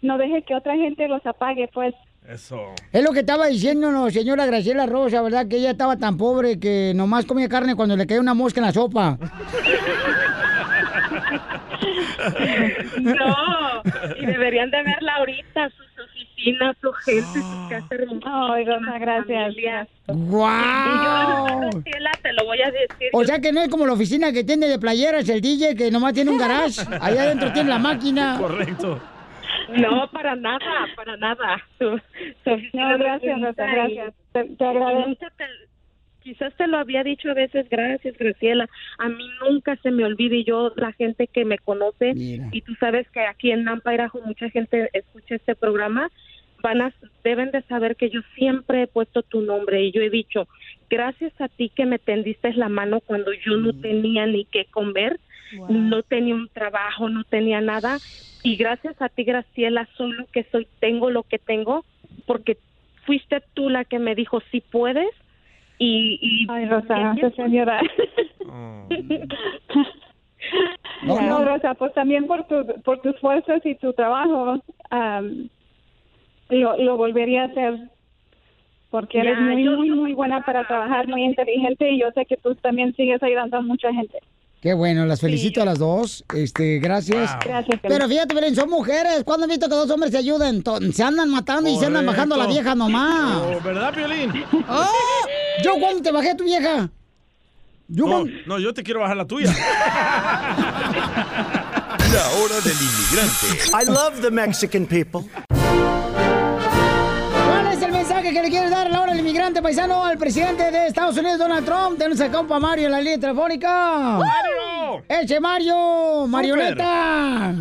no deje que otra gente los apague, pues. Eso. Es lo que estaba diciéndonos, señora Graciela Rosa, ¿verdad? Que ella estaba tan pobre que nomás comía carne cuando le caía una mosca en la sopa. No, y deberían de verla ahorita, sus oficinas, su gente, sus casas hermosas. gracias. ¡Guau! Graciela, te lo voy a decir. O sea que no es como la oficina que tiene de playeras el DJ, que nomás tiene un garage. Allá adentro tiene la máquina. Correcto. No, para nada, para nada. Su- su oficina No, es gracias, bonita Rosa, y- gracias. Te, te agradezco. Nunca te- Quizás te lo había dicho a veces, gracias Graciela. A mí nunca se me olvida y yo, la gente que me conoce, y tú sabes que aquí en Nampa Idaho mucha gente escucha este programa, van a, deben de saber que yo siempre he puesto tu nombre y yo he dicho, gracias a ti que me tendiste la mano cuando yo no tenía ni qué comer, no tenía un trabajo, no tenía nada. Y gracias a ti, Graciela, soy lo que soy, tengo lo que tengo, porque fuiste tú la que me dijo, si puedes. Y, y Ay, Rosa, te hacen llorar. No, no, Rosa, pues también por, tu, por tus fuerzas y tu trabajo am, lo, lo volvería a hacer porque eres Ya, muy, yo- muy, muy buena para trabajar, muy inteligente y yo sé que tú también sigues ayudando a mucha gente. Qué bueno, las felicito a las dos. Este, gracias. Gracias, Pelín. Pero fíjate, Belén, son mujeres. ¿Cuándo han visto que dos hombres se ayuden? To- Se andan matando y se andan bajando a la Correcto. vieja nomás. Oh, ¿Verdad, Piolín? ¡Oh! Yo cuando te bajé a tu vieja. Yo No, cuando- no, yo te quiero bajar la tuya. La hora del inmigrante. I love the Mexican people. ¿Cuál es el mensaje que le quieres dar a la hora del inmigrante paisano al presidente de Estados Unidos, Donald Trump? Tenemos a compa Mario en la línea telefónica. ¡Mario! ¡Eche Mario! ¡Marioneta!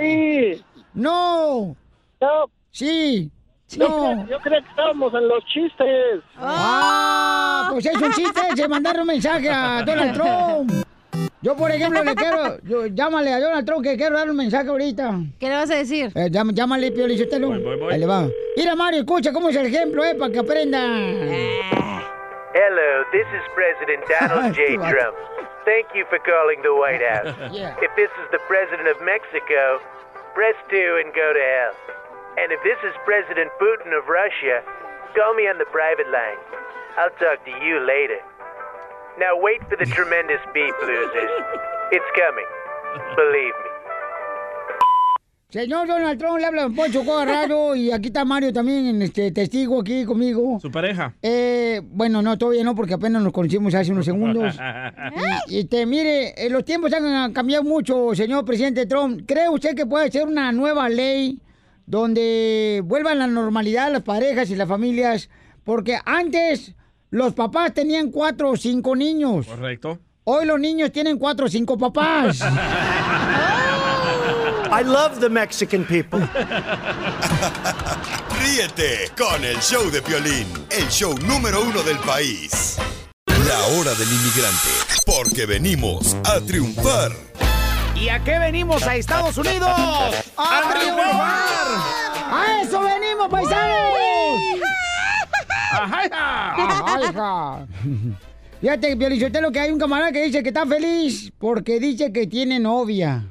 Sí. ¡No! ¡No! ¡Sí! Yo, ¡No! creo- yo creo que estábamos en los chistes. ¡Ah! Pues es un chiste se mandaron un mensaje a Donald Trump. Yo, por ejemplo, le quiero... yo- llámale a Donald Trump que quiero dar un mensaje ahorita. ¿Qué le vas a decir? Eh, llámale, llámale, Pio Lizotelo. Ahí le va. Mira, Mario, escucha cómo es el ejemplo, eh, para que aprenda. Mm. Hello, this is President Donald J. Tú vas. Trump. Thank you for calling the White House. Yeah. If this is the President of Mexico, press 2 and go to hell. And if this is President Putin of Russia, call me on the private line. I'll talk to you later. Now wait for the tremendous beep, losers. It's coming. Believe me. Señor Donald Trump, le habla Don Poncho Corrado y aquí está Mario también, este testigo aquí conmigo. Su pareja. Eh, bueno, no, todavía no, porque apenas nos conocimos hace unos segundos. Y, este, mire, eh, los tiempos han cambiado mucho, señor presidente Trump. ¿Cree usted que puede ser una nueva ley donde vuelvan la normalidad las parejas y las familias? Porque antes los papás tenían cuatro o cinco niños. Correcto. Hoy los niños tienen cuatro o cinco papás. I love the Mexican people. Ríete con el show de Piolín, el show número uno del país. La hora del inmigrante, porque venimos a triunfar. ¿Y a qué venimos a Estados Unidos? ¡A ¡A eso venimos, paisanos! ¡Ajá, Ajá, hija. Fíjate, Piolichotelo, que hay un camarada que dice que está feliz porque dice que tiene novia.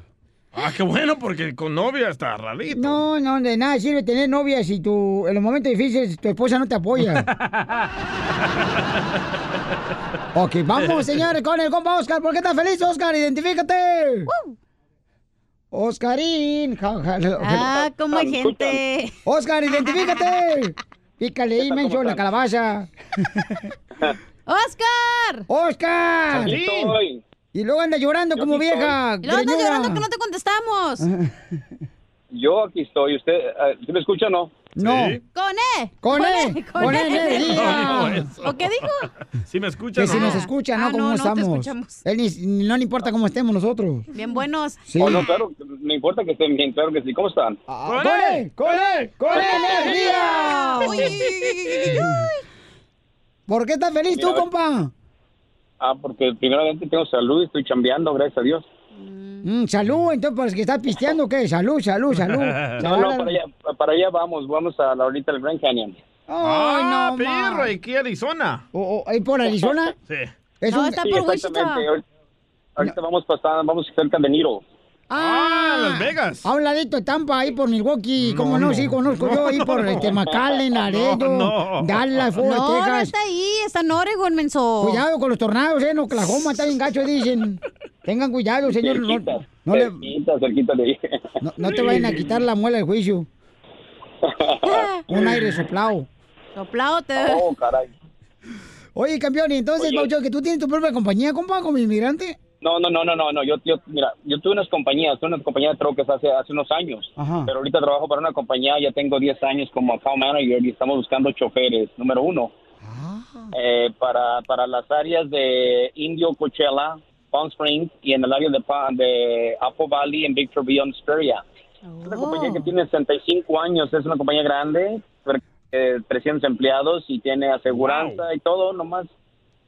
Ah, qué bueno, porque con novia está rarito. No, no, de nada sirve tener novia si tú, en los momentos difíciles tu esposa no te apoya. ok, vamos, señores, con el compa Oscar. ¿Por qué estás feliz, Oscar? Identifícate. Uh. Oscarín. Ja, ja, ja. Ah, cómo hay gente. Oscar, identifícate. Pícale ahí, menso, la calabaza. ¡Oscar! ¡Oscar! Aquí estoy. Y luego anda llorando Yo como aquí vieja. estoy. Y luego anda greñuda. llorando que no te contestamos. Yo aquí estoy. ¿Usted eh, ¿sí me escucha o no? No. Con E. Con E, E, con E. energía. No dijo eso. ¿O qué dijo? Si me escuchan. Que si ¿no? nos escucha, ¿no? Ah, ¿Cómo no, no te estamos? escuchamos. Él ni- no le importa cómo estemos nosotros. Bien buenos. Sí. Oh, no, claro, no importa que estén bien, claro que sí. ¿Cómo están? ¡Con E! ¡Con E! ¡Con E energía! Uy, ¿Por qué estás feliz tú, Mira, compa? Ah, porque primeramente tengo salud y estoy chambeando, gracias a Dios. Mm, salud, entonces, ¿para los que estás pisteando qué? Salud, salud, salud. Te va No, a no, dar- para allá, para allá vamos, vamos a la ahorita del Grand Canyon. Ay, ah, no, perro, aquí Arizona. ¿O, o- Oh, ahí por Arizona? Sí. Es un- Sí, exactamente. Ahorita, ahorita vamos pasando, vamos cerca de Niro. Ah, Las Vegas. A un ladito de Tampa, ahí por Milwaukee. ¿Cómo no? no. Sí, conozco No, yo ahí no, por no. este, McAllen, Laredo, No, no. Dallas, Fort no, no Texas. está ahí, está en Oregon, menso. Cuidado con los tornados, ¿eh? En Oklahoma está bien gacho, dicen. Tengan cuidado, señor. No, Cerquita, cerquita, cerquita de ahí. no te vayan a quitar la muela del juicio. Un aire soplado. Soplado te Oh, caray. Oye, campeón, y entonces, Oye. Paucho, que tú tienes tu propia compañía, compa, como inmigrante. No, no, no, no, no, no. Yo, yo, mira, yo tuve unas compañías, tuve una compañía de troques hace, hace unos años. Ajá. Pero ahorita trabajo para una compañía, ya tengo 10 años como account manager y estamos buscando choferes, número uno. Eh, para, para las áreas de Indio, Coachella, Palm Springs y en el área de, Pa- de Apple Valley en Victor Beyond Speria. Es una compañía que tiene 65 años, es una compañía grande, eh, 300 empleados y tiene aseguranza y todo, nomás.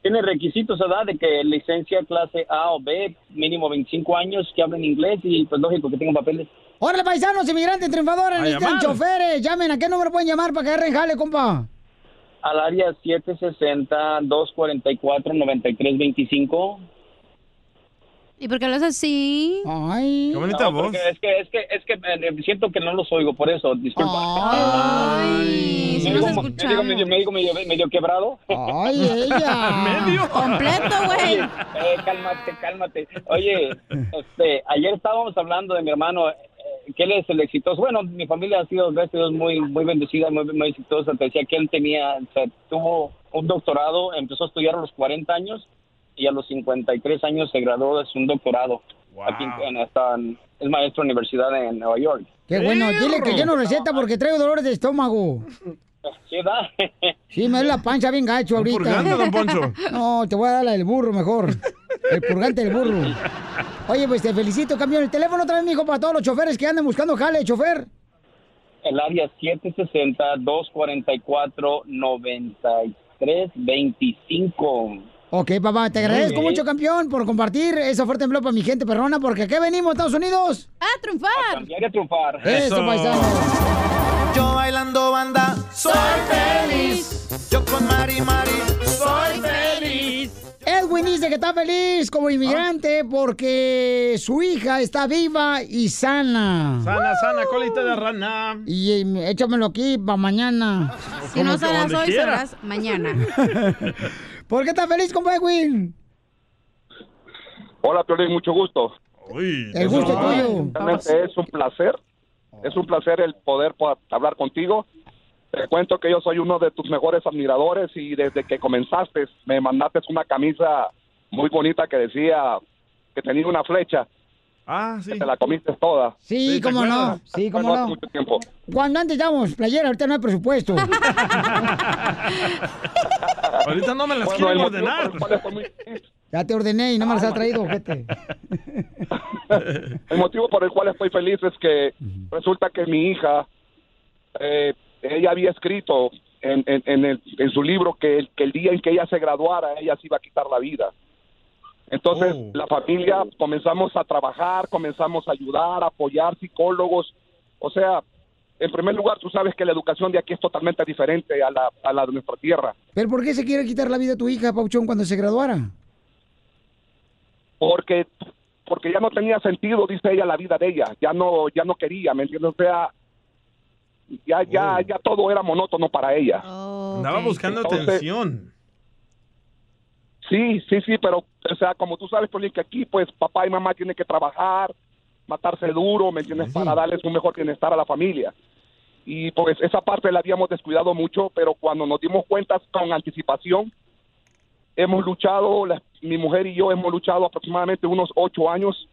Tiene requisitos, ¿verdad? De que licencia clase A o B, mínimo 25 años, que hablen inglés y pues lógico que tengan papeles. Órale, paisanos, inmigrantes, triunfadores, A necesitan llamar. choferes. Llamen, ¿a qué número pueden llamar para que agarren jale, compa? Al área 760-244-9325. ¿Y por qué lo haces así? Ay. No, porque Es que, es que, es que eh, siento que no los oigo, por eso, disculpa. Ay, sí me, los digo, me digo medio, me digo medio, medio quebrado. Ay, ella. medio. Completo, güey. Eh, cálmate, cálmate. Oye, este, ayer estábamos hablando de mi hermano, eh, que él es el exitoso. Bueno, mi familia ha sido, gracias a Dios, muy, muy bendecida, muy, muy exitosa. Te decía que él tenía, o sea, tuvo un doctorado, empezó a estudiar a los 40 años y a los 53 años se graduó de un doctorado. Aquí en, en- hasta en- es maestro de universidad en Nueva York. Qué bueno, dile que yo no receta porque traigo dolores de estómago. ¿Sí, da? Sí, me duele la pancha bien gacho ahorita. purgante, don Poncho. No, te voy a dar la del burro mejor. El purgante del burro. Oye, pues te felicito, campeón. El teléfono otra vez, mijo, para todos los choferes que andan buscando jale, chofer. El área 760-244-9325. Ok, papá, te agradezco bien. mucho, campeón, por compartir esa fuerte empleo para mi gente perrona, porque aquí venimos, Estados Unidos. ¡A triunfar! Cambiar y a triunfar. Eso, paisano. Yo bailando banda soy feliz. Yo con Mari Mari soy feliz. Edwin dice que está feliz como inmigrante Ah. porque su hija está viva y sana. Sana, sana, colita de rana. Y em, échamelo aquí para mañana. Si no sabrás hoy, sabrás mañana. ¿Por qué estás feliz, compa Edwin? Hola, Piolín, mucho gusto. El gusto es tuyo. Realmente es un placer Es un placer el poder po- hablar contigo. Te cuento que yo soy uno de tus mejores admiradores y desde que comenzaste me mandaste una camisa muy bonita que decía que tenía una flecha. Ah, sí. Que te la comiste toda. Sí, ¿te cómo no, acuerdas? sí, cómo Bueno, hace no. mucho tiempo. Cuando antes dábamos playera, ahorita no hay presupuesto. Ahorita no me las Bueno, el quiero motivo ordenar. Ah, Ya te ordené y no me las has traído, gente. El motivo por el cual estoy feliz es que resulta que mi hija, eh, ella había escrito en, en- en el- en su libro que el, que el día en que ella se graduara, ella se iba a quitar la vida. Entonces, la familia comenzamos a trabajar, comenzamos a ayudar, a apoyar psicólogos. O sea, en primer lugar, tú sabes que la educación de aquí es totalmente diferente a la, a la de nuestra tierra. ¿Pero por qué se quiere quitar la vida a tu hija, Pauchón, cuando se graduara? porque porque ya no tenía sentido dice ella la vida de ella ya no ya no quería me entiendes o sea ya ya ya todo era monótono para ella Oh. Andaba buscando Entonces, atención. sí sí sí pero o sea como tú sabes Piolín, que aquí pues papá y mamá tienen que trabajar matarse duro me entiendes para darles un mejor bienestar a la familia y pues esa parte la habíamos descuidado mucho pero cuando nos dimos cuenta con anticipación hemos luchado, la- mi mujer y yo hemos luchado aproximadamente unos ocho años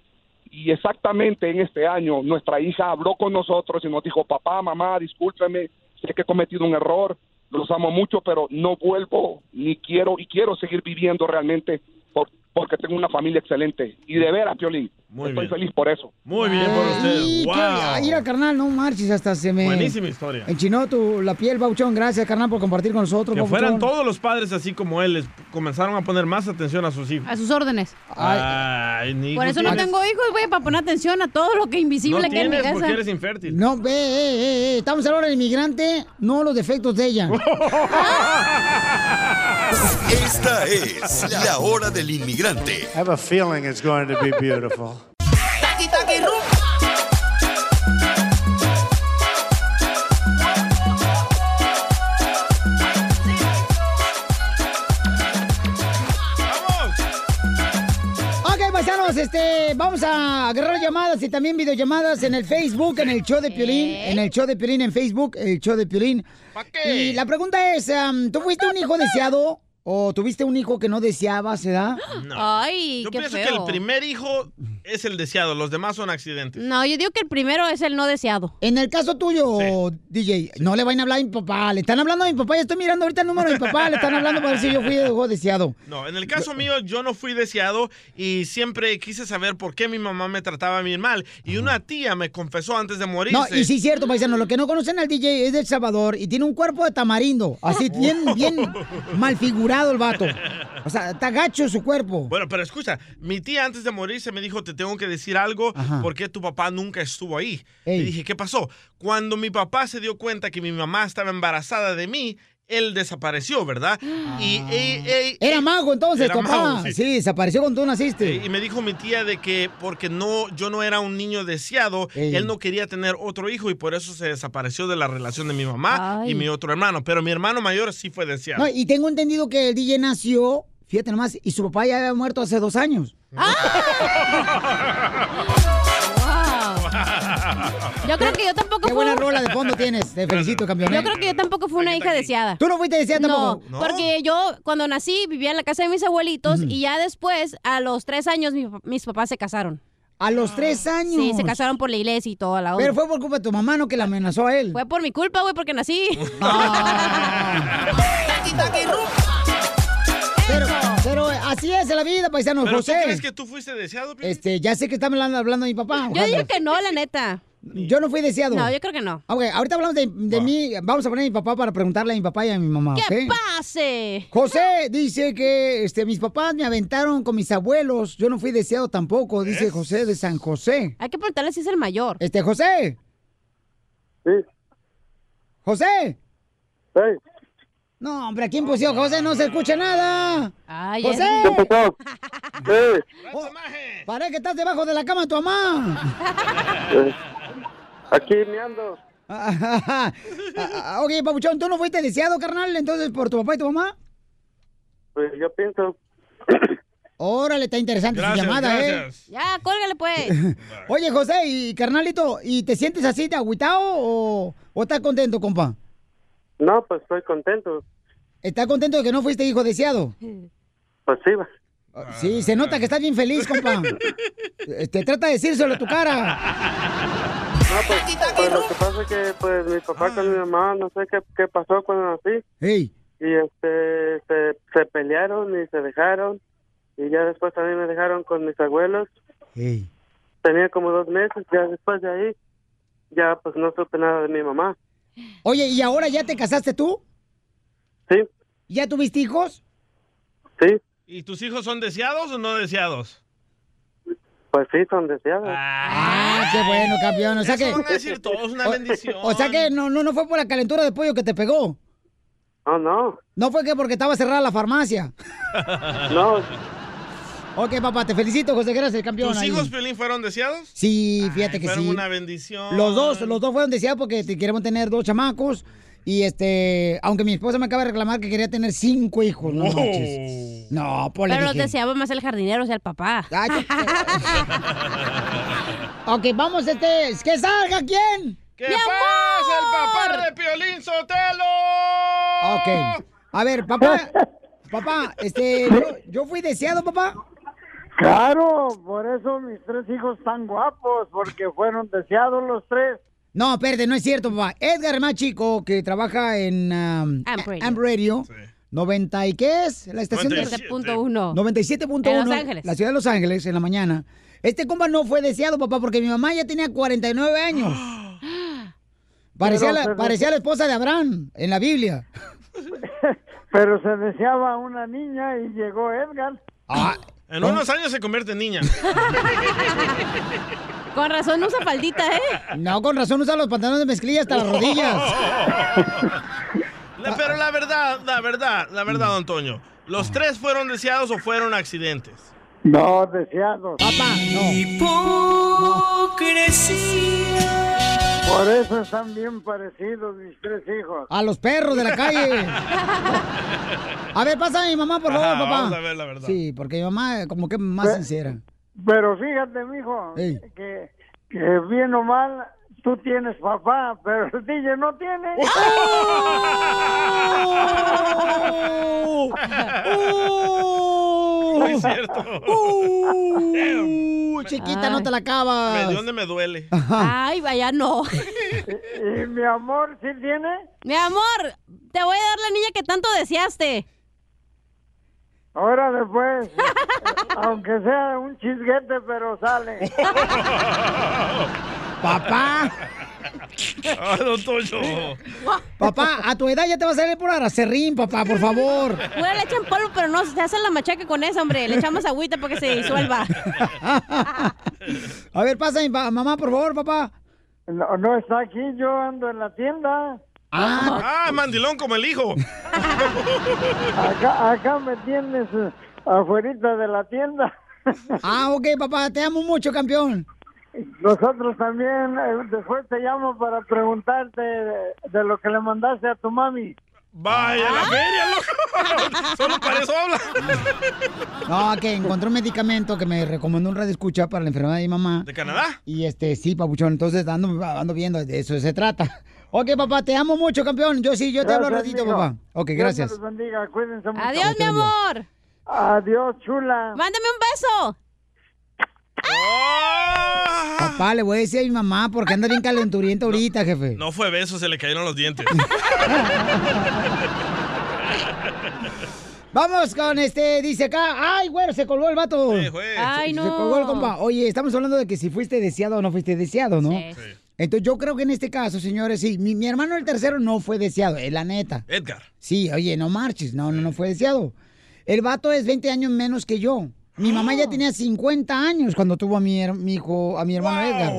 y exactamente en este año nuestra hija habló con nosotros y nos dijo, papá, mamá, discúlpeme, sé que he cometido un error, los amo mucho, pero no vuelvo ni quiero y quiero seguir viviendo realmente por- porque tengo una familia excelente. Y de veras, Piolín, estoy feliz por eso. Muy bien por Y usted. qué- ah, ¡Wow! mira, carnal, no marches hasta se me... Buenísima historia. Enchinó tu, la piel, Pauchón. Gracias, carnal, por compartir con nosotros, Que fueran Pauchón. todos los padres así como él, les comenzaron a poner más atención a sus hijos. A sus órdenes. Ay, ni Por eso no tengo hijos, güey, para poner atención a todo lo que invisible que hay en mi casa. infértil. No, ve, eh, eh, eh, estamos hablando del inmigrante, no los defectos de ella. Esta es la hora del inmigrante. I have a feeling it's going to be beautiful. ok, paisanos, este, vamos a agarrar llamadas y también videollamadas en el Facebook, en el show de Piolín, en el show de Piolín, en Facebook, el show de Piolín. Y la pregunta es, am, ¿tú fuiste un hijo deseado o tuviste un hijo que no deseabas, edad? No. Ay, Yo qué pienso feo. que el primer hijo es el deseado, los demás son accidentes. No, yo digo que el primero es el no deseado. En el caso tuyo, DJ, no le vayan a hablar a mi papá, le están hablando a mi papá, ya estoy mirando ahorita el número de mi papá, le están hablando para ver si yo fui hijo deseado. No, en el caso mío yo no fui deseado y siempre quise saber por qué mi mamá me trataba bien mal y una tía me confesó antes de morirse. No, y sí es cierto, paisano, lo que no conocen al DJ es de El Salvador y tiene un cuerpo de tamarindo, así Oh. bien, bien mal figurado el vato. O sea, está gacho su cuerpo. Bueno, pero escucha, mi tía antes de morirse me dijo, te tengo que decir algo porque tu papá nunca estuvo ahí. Ey. Y dije, ¿qué pasó? Cuando mi papá se dio cuenta que mi mamá estaba embarazada de mí, él desapareció, ¿verdad? Y, Ah. ey, ey, Era mago entonces, Era tu papá. mago, sí. sí. desapareció cuando tú naciste. y me dijo mi tía de que porque no yo no era un niño deseado, Ey. él no quería tener otro hijo y por eso se desapareció de la relación de mi mamá Ay. y mi otro hermano, pero mi hermano mayor sí fue deseado. No, y tengo entendido que el DJ nació, fíjate nomás, y su papá ya había muerto hace dos años. Yo creo que yo tampoco Qué fui- buena rola de fondo tienes. Te felicito, campeón. ¿eh? Yo creo que yo tampoco fui una hija deseada. ¿Tú no fuiste deseada tampoco? No, ¿No? porque yo cuando nací vivía en la casa de mis abuelitos y ya después, a los tres años, mi- mis papás se casaron. ¿A los tres años? Sí, se casaron por la iglesia y toda la onda. Pero fue por culpa de tu mamá, ¿no? Que la amenazó a él. Fue por mi culpa, güey, porque nací. Pero, pero así es la vida, paisano. ¿Pero José. tú crees que tú fuiste deseado? Piolín? Este, ya sé que está hablando, hablando de mi papá. Yo digo que no, la neta. Yo no fui deseado. No, yo creo que no. Ok, ahorita hablamos de, de mí. Vamos a poner a mi papá para preguntarle a mi papá y a mi mamá, ¿ok? ¿Qué pase? José dice que este, mis papás me aventaron con mis abuelos. Yo no fui deseado tampoco, dice José de San José. Hay que preguntarle si es el mayor. Este, José. Sí. José. Sí. No, hombre, aquí en Posición José no se escucha nada. Ay, José. Oh, ¿Qué pasó? Sí. Parece que estás debajo de la cama de tu mamá. Eh, Aquí me ando. Ah, ah, ok, Papuchón, ¿tú no fuiste deseado, carnal, entonces, por tu papá y tu mamá? Pues yo pienso. Órale, está interesante Gracias, su llamada, gracias. Ya, cólgale pues. ¿eh? Oye, José, y carnalito, ¿y te sientes así de agüitado o, o estás contento, compa? No, pues estoy contento. ¿Estás contento de que no fuiste hijo deseado? Pues sí, va. Sí, Ah. se nota que estás bien feliz, compa. Este, trata de decírselo a tu cara. No, pues, pues lo que pasa es que pues mi papá con mi mamá, no sé qué, qué pasó cuando nací. Ey. Y este, se, se pelearon y se dejaron. Y ya después también me dejaron con mis abuelos. Ey. Tenía como dos meses, ya después de ahí, ya pues no supe nada de mi mamá. Oye, ¿y ahora ya te casaste tú? Sí. ¿Ya tuviste hijos? Sí, ¿Y tus hijos son deseados o no deseados? pues sí, son deseados. Ah, qué bueno, campeón. O sea Eso que. van a decir todos, una o- bendición. O, sea que no, no, no fue por la calentura de pollo que te pegó. No, no. No fue que porque estaba cerrada la farmacia. No. Ok, papá, te felicito, José. Gracias, campeón. ¿Tus ahí. hijos, Piolín, fueron deseados? Sí, fíjate que fueron sí. una bendición. Los dos, los dos fueron deseados porque te- queremos tener dos chamacos. Y este, aunque mi esposa me acaba de reclamar que quería tener cinco hijos, no Oh. manches. No, por Pero los deseaba más el jardinero, o sea, el papá. Ok, vamos, este, que salga quién. ¿Qué pasa, el papá de Piolín Sotelo? Ok. A ver, papá, papá, este, yo, yo fui deseado, papá. Claro, por eso mis tres hijos están guapos, porque fueron deseados los tres. No, espérate, no es cierto, papá. Edgar, el más chico, que trabaja en um, Amp Radio. Amp Radio, 90 y qué es la estación de- 97.1. 97.1. En Los Ángeles. La ciudad de Los Ángeles, en la mañana. Este compa no fue deseado, papá, porque mi mamá ya tenía 49 años. Parecía, Pero, la, pero- parecía la esposa de Abraham en la Biblia. Pero se deseaba una niña y llegó Edgar. Ah. En unos años se convierte en niña. Con razón usa faldita, ¿eh? No, con razón usa los pantalones de mezclilla hasta las rodillas. La- pero la verdad, la verdad, la verdad, don Antonio. ¿Los tres fueron deseados o fueron accidentes? No, deseados. Papá, Hipocresía. Por eso están bien parecidos mis tres hijos. A los perros de la calle. A ver, pasa a mi mamá, por favor, Ajá, papá. vamos a ver la verdad. Sí, porque mi mamá eh, como que es más Pe- sincera. Pero fíjate, mijo, Ey. que, que bien o mal, tú tienes papá, pero el DJ no tiene. No es cierto. Uh, chiquita, no te la Me acabas. dio donde me duele. Ay, vaya, no. ¿Y, mi amor sí tiene? Mi amor, te voy a dar la niña que tanto deseaste. Ahora después, aunque sea un chisguete, pero sale. Papá, Ah, don Toño. papá, a tu edad ya te va a salir por aracerrín, papá, por favor. Pura le echan polvo, pero no, se hacen la machaca con esa, hombre. Le echamos agüita para que se disuelva. A ver, pasa mi pa- mamá, por favor, papá. No, no está aquí, yo ando en la tienda. Ah, mandilón como el hijo. Acá, acá me tienes eh, afuerita de la tienda. Ah, ok, papá, te amo mucho, campeón. Nosotros también, eh, después te llamo para preguntarte de, de lo que le mandaste a tu mami. Vaya, la feria, loco. Solo para eso habla. No, que encontré un medicamento que me recomendó un radio escucha para la enfermedad de mi mamá. ¿De Canadá? Y este, sí, papuchón. Entonces ando, ando viendo, de eso se trata. Ok, papá, te amo mucho, campeón. Yo sí, yo te hablo al ratito, papá. Ok, gracias. Dios me los bendiga, cuídense mucho. Adiós, mi amor. Adiós, chula. Mándame un beso. Papá, le voy a decir a mi mamá porque anda bien calenturienta ahorita, jefe. No fue beso, se le cayeron los dientes. Vamos con este, dice acá. ¡Ay, güero! Se colgó el vato. Ay, Se no. colgó el compa. Oye, estamos hablando de que si fuiste deseado o no fuiste deseado, ¿no? Sí. Entonces yo creo que en este caso, señores, sí, mi, mi hermano el tercero no fue deseado, es la neta. Edgar. Sí, oye, no marches, no, no, no fue deseado. El vato es 20 años menos que yo. Mi mamá ya tenía 50 años cuando tuvo a mi, her- mi hijo, a mi hermano Edgar.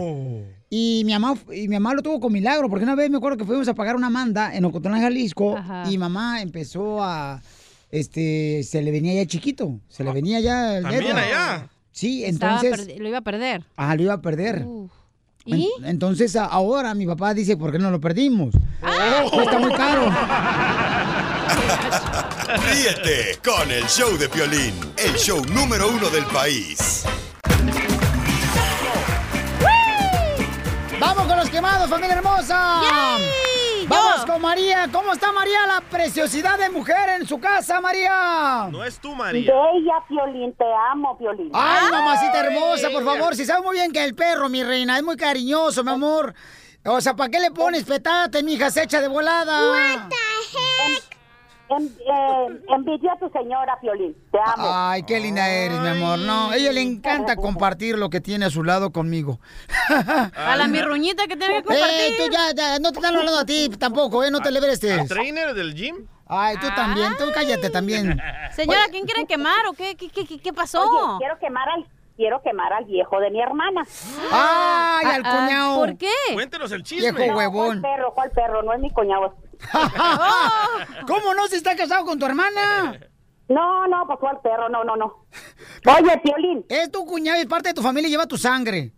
Y mi mamá, y mi mamá lo tuvo con milagro, porque una vez me acuerdo que fuimos a pagar una manda en Ocotlán, Jalisco, Ajá. y mamá empezó a, este, se le venía ya chiquito, se le venía ya el ¿También Edgar. allá? Sí, Estaba entonces, perdi- Lo iba a perder. Uh. ah, lo iba a perder. Uf. En- ¿Y? Entonces a- ahora mi papá dice, ¿por qué no lo perdimos? Cuesta muy caro. Ríete con el show de Piolín, el show número uno del país. ¡Vamos con los quemados, familia hermosa! ¡Vamos con María! ¿Cómo está María, la preciosidad de mujer en su casa, María? No es tú, María. Bella, Piolín, te amo, Piolín. Ay, mamacita hermosa, por favor, si sabe muy bien que el perro, mi reina, es muy cariñoso, mi amor. O sea, ¿para qué le pones petate, mija, se echa de volada? Em- eh, envidia a tu señora, Piolín. Te amo. Ay, qué linda eres, mi amor. No, a ella le encanta compartir lo que tiene a su lado conmigo. A la mi ruñita que tiene que compartir. Eh, tú ya, ya, no te están hablando a ti tampoco, ¿eh? No te le ¿El prestes. trainer del gym? Ay, tú también, tú cállate también. Señora, ¿quién quieren quemar o qué, qué, qué, qué, qué pasó? Oye, quiero quemar al quiero quemar al viejo de mi hermana. Ay, al Ah, ah, cuñado. ¿por qué? Cuéntenos el chisme. Viejo huevón. No, ¿cuál perro, cuál perro, no es mi cuñado. ¿Cómo no? Si está casado con tu hermana. No, no, pues cuál perro, no, no, no. Oye, Piolín. Es tu cuñado y es parte de tu familia y lleva tu sangre.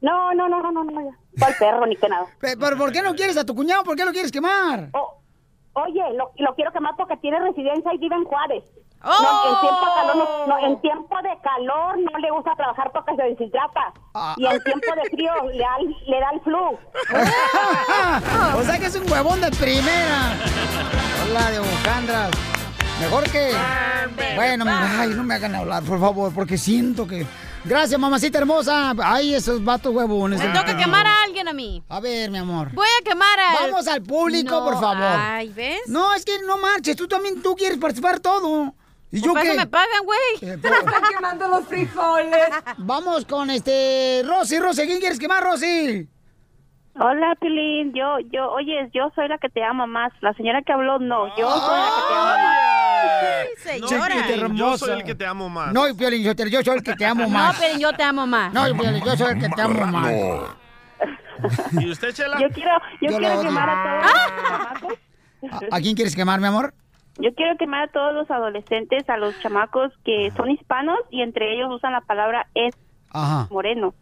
No, no, no, no, no, no, ya. ¿Cuál perro, ni que nada? Oh. Pero, ¿por qué no quieres a tu cuñado? ¿Por qué lo quieres quemar? Oye, lo, lo quiero quemar porque tiene residencia y vive en Juárez. No, ¡Oh! en tiempo de calor no, no, en tiempo de calor no le gusta trabajar porque se deshidrata. Ah. Y en tiempo de frío le da, el- le da el Oh. flu. o sea que es un huevón de primera. Hola, de Bocandras. Mejor que. Bueno, ay, no me hagan hablar, por favor, porque siento que. Gracias, mamacita hermosa. Ay, esos vatos huevones. Me toca quemar a alguien a mí. A ver, mi amor. Voy a quemar a... Vamos al público, por favor. Ay, ¿ves? No, es que no marches. Tú también tú quieres participar todo. ¿Y yo Por qué? eso me pagan, güey. están quemando los frijoles. Vamos con este. Rosy, Rosy, ¿quién quieres quemar, Rosy? Hola, Pilín. Yo, yo, oye, yo soy la que te ama más. La señora que habló, no. Yo soy la que te ama más. Chiquita Yo hermosa. soy el que te amo más. No, Piolín, yo, te- yo soy el que te amo más. No, pero yo te amo más. No, Piolín, yo soy el que te amo más. ¿Y usted, Chela? Yo quiero, yo, Yo lo quiero odio. Ah. quemar a todos. ¿A, a quién quieres quemar, mi amor? Yo quiero quemar a todos los adolescentes, a los chamacos que son hispanos y entre ellos usan la palabra es Ajá. moreno.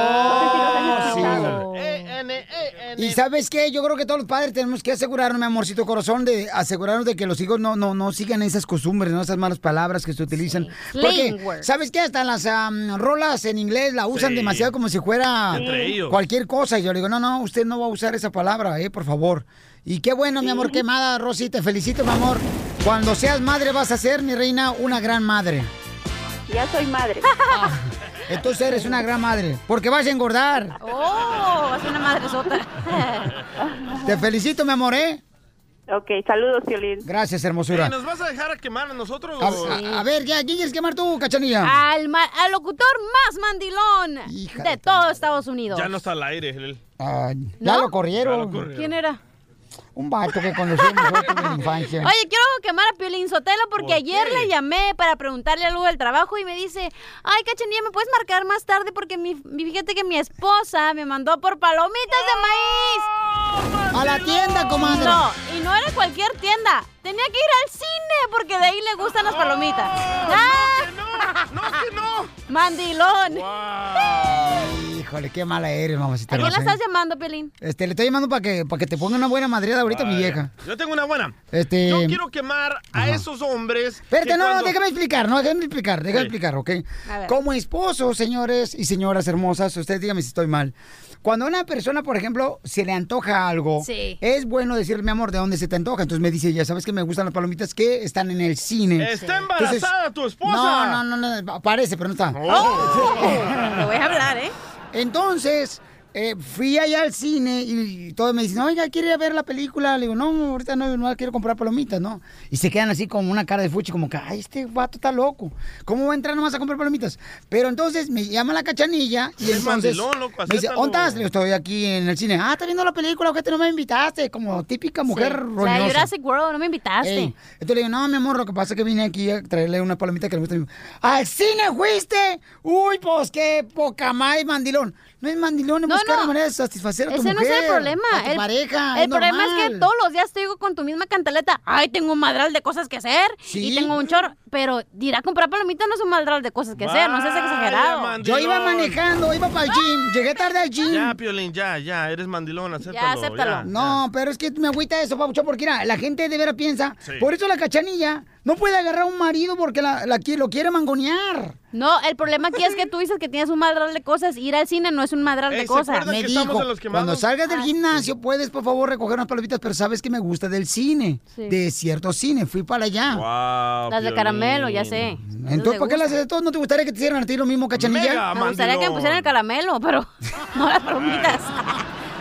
Oh, sí. sí. Y sabes qué, yo creo que todos los padres tenemos que asegurarnos, mi amorcito corazón, de asegurarnos de que los hijos no, no, no sigan esas costumbres, no esas malas palabras que se utilizan. Porque, Slang words. ¿sabes qué? Hasta las am, rolas en inglés la usan Sí. demasiado como si fuera Entre ellos. cualquier cosa. Y yo le digo, no, no, usted no va a usar esa palabra, eh, por favor. Y qué bueno, mi amor, quemada, Rosy, te felicito, mi amor. Cuando seas madre vas a ser, mi reina, una gran madre. Ah, Ya soy madre. Entonces eres una gran madre, porque vas a engordar. Oh, es una madresota. Te felicito, mi amor, ¿eh? Ok, saludos, Violín. Gracias, hermosura. Ey, ¿Nos vas a dejar a quemar a nosotros? A, o- a- a ver, ya, ¿quién quieres quemar tú, cachanilla? Al, ma- al locutor más mandilón de todo Estados Unidos. Ya no está al aire. él. Ay, ya ¿No? lo corrieron. Ya lo corrieron. ¿Quién era? Un vato que conocimos nosotros en la infancia. Oye, quiero quemar a Piolín Sotelo porque ¿Por ayer qué? le llamé para preguntarle algo del trabajo y me dice, ay, cachanilla, ¿me puedes marcar más tarde? Porque mi, fíjate que mi esposa me mandó por palomitas de maíz. ¡A la tienda, comadre! No, y no era cualquier tienda. Tenía que ir al cine porque de ahí le gustan las palomitas. Ah, Ah. ¡No, que no! ¡No, que no! ¡Mandilón! Híjole, qué mala eres, mamacita. ¿A quién la hermosa, estás llamando, Piolín? ¿eh? Este, le estoy llamando para que, para que te ponga una buena madreada ahorita, mi vieja. Yo tengo una buena. Este- Yo quiero quemar a esos hombres. Espérate, que no, no, cuando- déjame explicar, no, déjame explicar, déjame Ok. explicar, ¿ok? A ver. Como esposo, señores y señoras hermosas, ustedes díganme si estoy mal. Cuando a una persona, por ejemplo, se le antoja algo, Sí. es bueno decirle, mi amor, ¿de dónde se te antoja? Entonces me dice, ya sabes que me gustan las palomitas que están en el cine. ¡Está Entonces, embarazada tu esposa! Oh. No, no, no, no, parece, pero no está. Te voy a hablar, ¿eh? Entonces, eh, fui allá al cine y, y todos me dicen, oiga, ¿quiere ir a ver la película? Le digo, no, ahorita no, no quiero comprar palomitas, ¿no? Y se quedan así como una cara de fuchi, como que, ay, este vato está loco. ¿Cómo va a entrar nomás a comprar palomitas? Pero entonces me llama la cachanilla y Es entonces mandilón, loco, me dice, acéptalo". ¿dónde estás? Le digo, estoy aquí en el cine. Ah, ¿estás viendo la película? ¿Qué te no me invitaste? Como típica mujer Sí. La de roñosa. Jurassic World, no me invitaste. Ey. Entonces le digo, no, mi amor, lo que pasa es que vine aquí a traerle una palomita que le gusta. a mi- ¿Al cine fuiste? Uy, pues qué poca más mandilón. No es mandilón, es No, buscar no. la manera de satisfacer a tu Ese no es el mujer, problema. a tu el pareja. el problema es que todos los días te digo con tu misma cantaleta, ay, tengo un madral de cosas que hacer Sí. y tengo un chorro. pero ir a comprar palomitas no es un maldral de cosas que hacer, no seas exagerado. Yo iba manejando, iba para el gym, llegué tarde al gym. Ya, Piolín, ya, ya, eres mandilón, acéptalo. Ya, acéptalo. ya. no, pero es que me agüita eso, Pabuchón, porque mira, la gente de veras piensa. Sí. Por eso la cachanilla no puede agarrar a un marido porque la, la qui- lo quiere mangonear. No, el problema aquí es que tú dices que tienes un madral de cosas. Ir al cine no es un madral de cosas. Ah, Me dijo, cuando salgas del gimnasio puedes por favor recoger unas palomitas, pero sabes que me gusta del cine, Sí. de cierto cine, fui para allá. Las Ah, de caramelo, ya sé. Entonces, ¿para qué las haces todas? ¿No te gustaría que te hicieran a ti lo mismo, cachanilla? Me gustaría que me pusieran el caramelo, pero no las palomitas.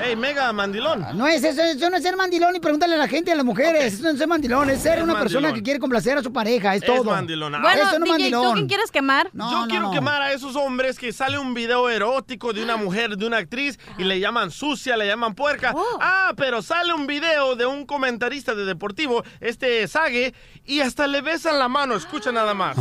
¡Ey, mega mandilón! Ah, No es eso, eso no es ser mandilón y pregúntale a la gente, a las mujeres. Eso no es ser mandilón, es ser Es una persona mandilón. que quiere complacer a su pareja, es, Es todo. mandilón. Ah. Bueno, eso no es DJ, ¿tú mandilón. quién quieres quemar? Yo quiero quemar a esos hombres que sale un video erótico de una mujer, de una actriz, y le llaman sucia, le llaman puerca. Ah, pero sale un video de un comentarista de deportivo, este Sague, y hasta le besan la mano. Escucha nada más.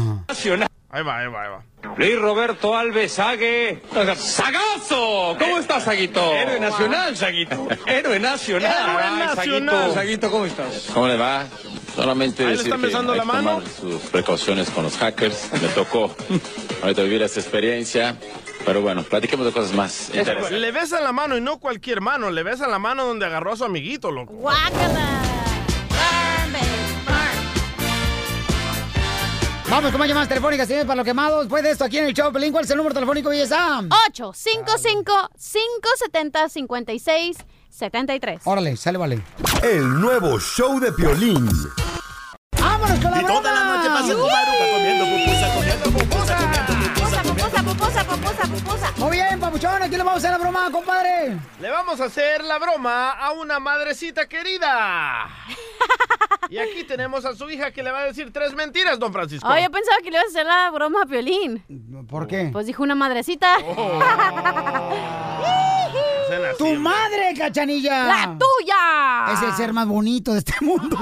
Ahí va, ahí va, ahí va. Luis Roberto Alves Sague. ¡Sagazo! ¿Cómo estás, Saguito? Héroe nacional, Saguito. Héroe nacional. Héroe nacional. Saguito, ¿cómo estás? ¿Cómo le va? Solamente Ahí le decir están que besando hay la que tomar mano. sus precauciones con los hackers. Me tocó ahorita vivir esta experiencia. Pero bueno, platiquemos de cosas más interesantes. Le besan la mano y no cualquier mano, le besan la mano donde agarró a su amiguito, loco. Vamos, ¿cómo llamadas telefónicas, señores, para los quemados? Después de esto, aquí en el show, Pelín, ¿cuál es el número telefónico, belleza? 8, 5, 5, 5, 70, 56, 73. Órale, sale, vale. El nuevo show de Piolín. ¡Vámonos con la Y toda la noche pasa tu maruca comiendo pupusa, comiendo pupusa, comiendo pupusa, pupusa, pupusa, pupusa, pupusa. Muy bien, papuchón, aquí le vamos a hacer la broma, compadre. Le vamos a hacer la broma a una madrecita querida. Y aquí tenemos a su hija que le va a decir tres mentiras, don Francisco. Ay, yo pensaba que le ibas a hacer la broma a Piolín. ¿Por qué? Pues dijo una madrecita. Oh, ¡Tu madre, cachanilla! ¡La tuya! Es el ser más bonito de este mundo.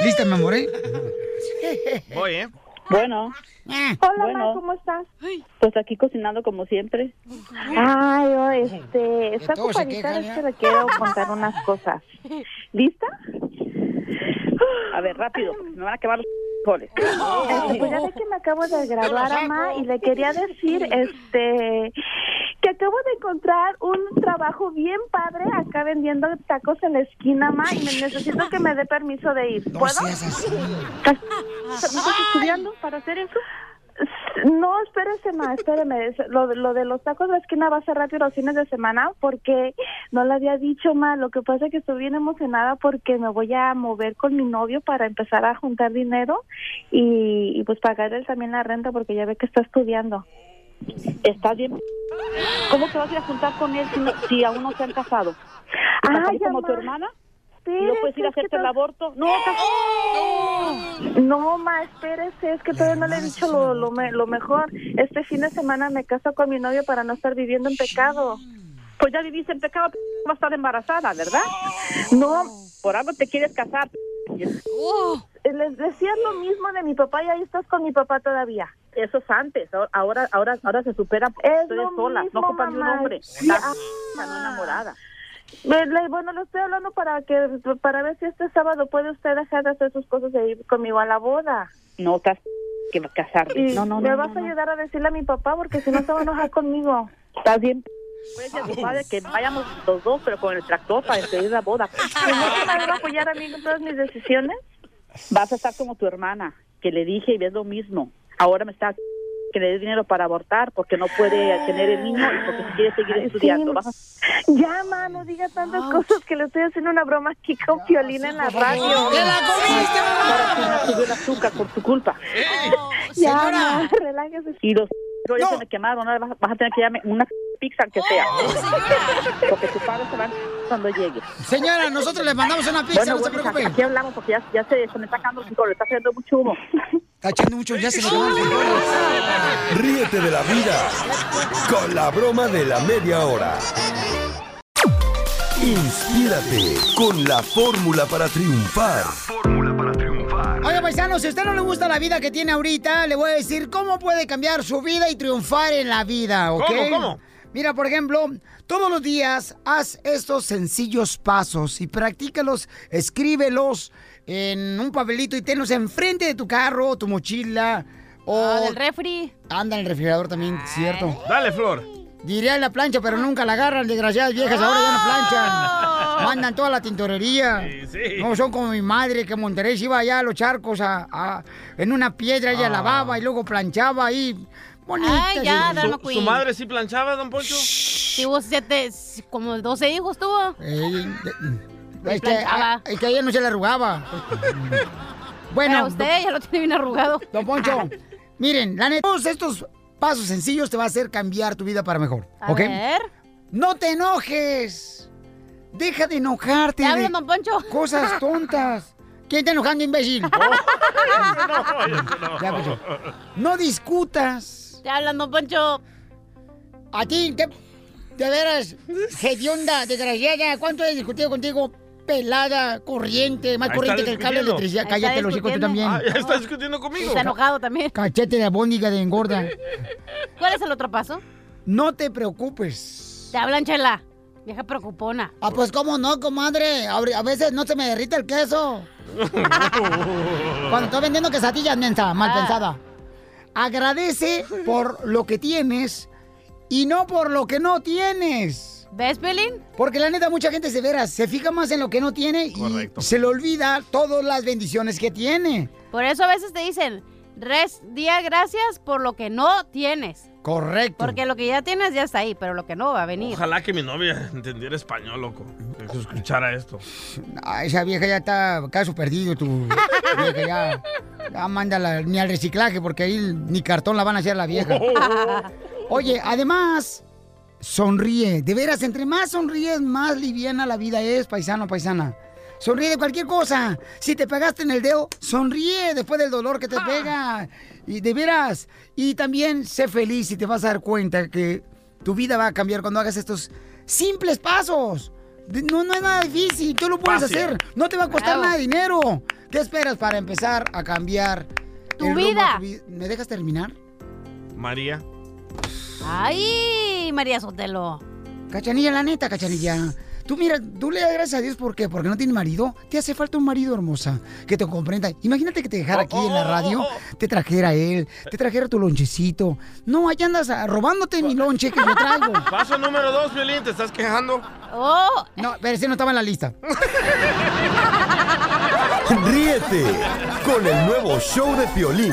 ¿Lista, me amoré? Voy, ¿eh? Bueno. Eh. Hola, Bueno. Ma, ¿cómo estás? Pues aquí cocinando como siempre. Ay, oh, este, está todos se ocupadita, quejan, ¿eh? es ¿ya? que le quiero contar unas cosas. ¿Lista? A ver, rápido, porque me van a quemar los frijoles. Este, pues ya ve que me acabo de graduar, Ama, y le quería decir, este, que acabo de encontrar un trabajo bien padre acá vendiendo tacos en la esquina, Ama, y me- necesito que me dé permiso de ir. ¿Puedo? ¿Estás estás estudiando para hacer eso? No, espérese, ma, espéreme. Es- Lo, lo de los tacos de la esquina va a ser rápido los fines de semana porque no le había dicho, ma. Lo que pasa es que estoy bien emocionada porque me voy a mover con mi novio para empezar a juntar dinero y, y, pues pagar él también la renta porque ya ve que está estudiando. Está bien. ¿Cómo te vas a ir a juntar con él si, no- si aún no se han casado? ¿Estás Ay, ahí como tu ama. hermana? ¿No puedes ir a es que hacerte el to- aborto? No, No, ma, espérese, es que todavía no le he dicho lo, lo, me- lo mejor. Este fin de semana me caso con mi novio para no estar viviendo en pecado. Pues ya viviste en pecado, p- vas a estar embarazada, ¿verdad? No, por algo te quieres casar. p- Oh. eh, Les decías lo mismo de mi papá y ahí estás con mi papá todavía. Eso es antes, ahora- ahora ahora ahora se supera, Es estoy lo sola, mismo, no ocupas de un mamá. hombre. Sí, Estás ah. tan enamorada. Le- le- Bueno, le estoy hablando para que para ver si este sábado puede usted dejar de hacer sus cosas e ir conmigo a la boda. No estás que casarte. Y No, no, me no. vas no, a no. ayudar a decirle a mi papá porque si no se va a enojar conmigo. Estás bien. Pues a tu padre que vayamos los dos, pero con el tractor para despedir la boda. ¿No te vas a apoyar a mí en todas mis decisiones? Vas a estar como tu hermana, que le dije y ves lo mismo. Ahora me está que le dé dinero para abortar porque no puede tener el niño y porque quiere seguir estudiando. Vas a- Ya, ma, no diga tantas cosas que le estoy haciendo una broma aquí con Piolín en la radio. ¡Te la comiste, Ahora sí me subió el azúcar por tu culpa. Ya, señora. ma, relájese. Y los ya se me quemaron. Ahora vas, vas a tener que darme una pizza aunque sea. Porque tu padre se va cuando llegue. Señora, nosotros le mandamos una pizza, no se hija, preocupe. Aquí hablamos porque ya, ya se, se me está sacando el picor, está haciendo mucho humo. Está echando mucho, ya se le acabaron los frijoles. Ríete de la vida con la broma de la media hora. Inspírate con la fórmula para triunfar. Oiga, paisano, si a usted no le gusta la vida que tiene ahorita, le voy a decir cómo puede cambiar su vida y triunfar en la vida, ¿ok? ¿Cómo, cómo? Mira, por ejemplo, todos los días haz estos sencillos pasos y practícalos, escríbelos en un papelito y tenlos enfrente de tu carro, tu mochila o... Ah, del refri. Ah, Anda en el refrigerador también, cierto. Dale, Flor. Diría en la plancha, pero nunca la agarran, desgraciadas viejas, ahora ya no planchan. Mandan toda la tintorería. ¡Oh! sí. No son como mi madre, que en Monterrey se iba allá a los charcos a, a- en una piedra, ella Ah. lavaba y luego planchaba ahí. Bonita. sí. su, su madre sí planchaba, don Poncho? Tuvo siete, como 12 hijos tuvo. Ey, Me es, que, a- planchaba. Este, ah, es que ella no se la arrugaba. Bueno, Pero usted ya lo tiene bien arrugado. Don Poncho, miren, la neta, todos estos pasos sencillos te va a hacer cambiar tu vida para mejor. A ¿ok? ver. No te enojes. Deja de enojarte. Te de hablan, don Poncho. Cosas tontas. ¿Quién está enojando, imbécil? Ya, pues, No discutas. Te hablan, don Poncho. A ti, ¿qué? De veras, hedionda, desgraciada, ¿cuánto he discutido contigo? Pelada, corriente, más Ahí está corriente que el cable de discutiendo. electricidad. Ahí está Cállate, los hijos, tú también. discutiendo. Ah, ya está discutiendo conmigo. Está enojado también. Cachete de abóndiga de engorda. ¿Cuál es el otro paso? No te preocupes. Te hablan, chela. Vieja preocupona. Ah, pues cómo no, comadre. A a veces no se me derrita el queso. Cuando estoy vendiendo quesadillas, mensa, mal Ah. pensada. Agradece por lo que tienes y no por lo que no tienes. ¿Ves, Pelín? Porque la neta, mucha gente se vera, se fija más en lo que no tiene y Correcto. se le olvida todas las bendiciones que tiene. Por eso a veces te dicen, res, día gracias por lo que no tienes. Correcto. Porque lo que ya tienes ya está ahí, pero lo que no va a venir. Ojalá que mi novia entendiera español, loco. Que escuchara esto. Ah, esa vieja ya está caso perdido, tu vieja ya. Ya mándala ni al reciclaje porque ahí ni cartón la van a hacer a la vieja. Oye, además, sonríe. De veras, entre más sonríes, más liviana la vida es, paisano, paisana. Sonríe de cualquier cosa. Si te pegaste en el dedo, sonríe después del dolor que te Ah. pega. Y de veras. Y también sé feliz y te vas a dar cuenta que tu vida va a cambiar cuando hagas estos simples pasos. De- No, no es nada difícil, tú lo puedes Fácil. hacer. No te va a costar Bravo. nada de dinero. ¿Qué esperas para empezar a cambiar Tu el rumbo vida. a vi- ¿Me dejas terminar? María. ¡Ay, María Sotelo! Cachanilla, la neta, cachanilla. Tú mira, tú le das gracias a Dios ¿por qué? porque no tiene marido. Te hace falta un marido hermosa que te comprenda. Imagínate que te dejara aquí en la radio, te trajera él, te trajera tu lonchecito. No, allá andas ah, robándote mi lonche que yo traigo. Paso número dos, Violín, ¿te estás quejando? Oh. No, pero ese no estaba en la lista. Ríete con el nuevo show de Piolín.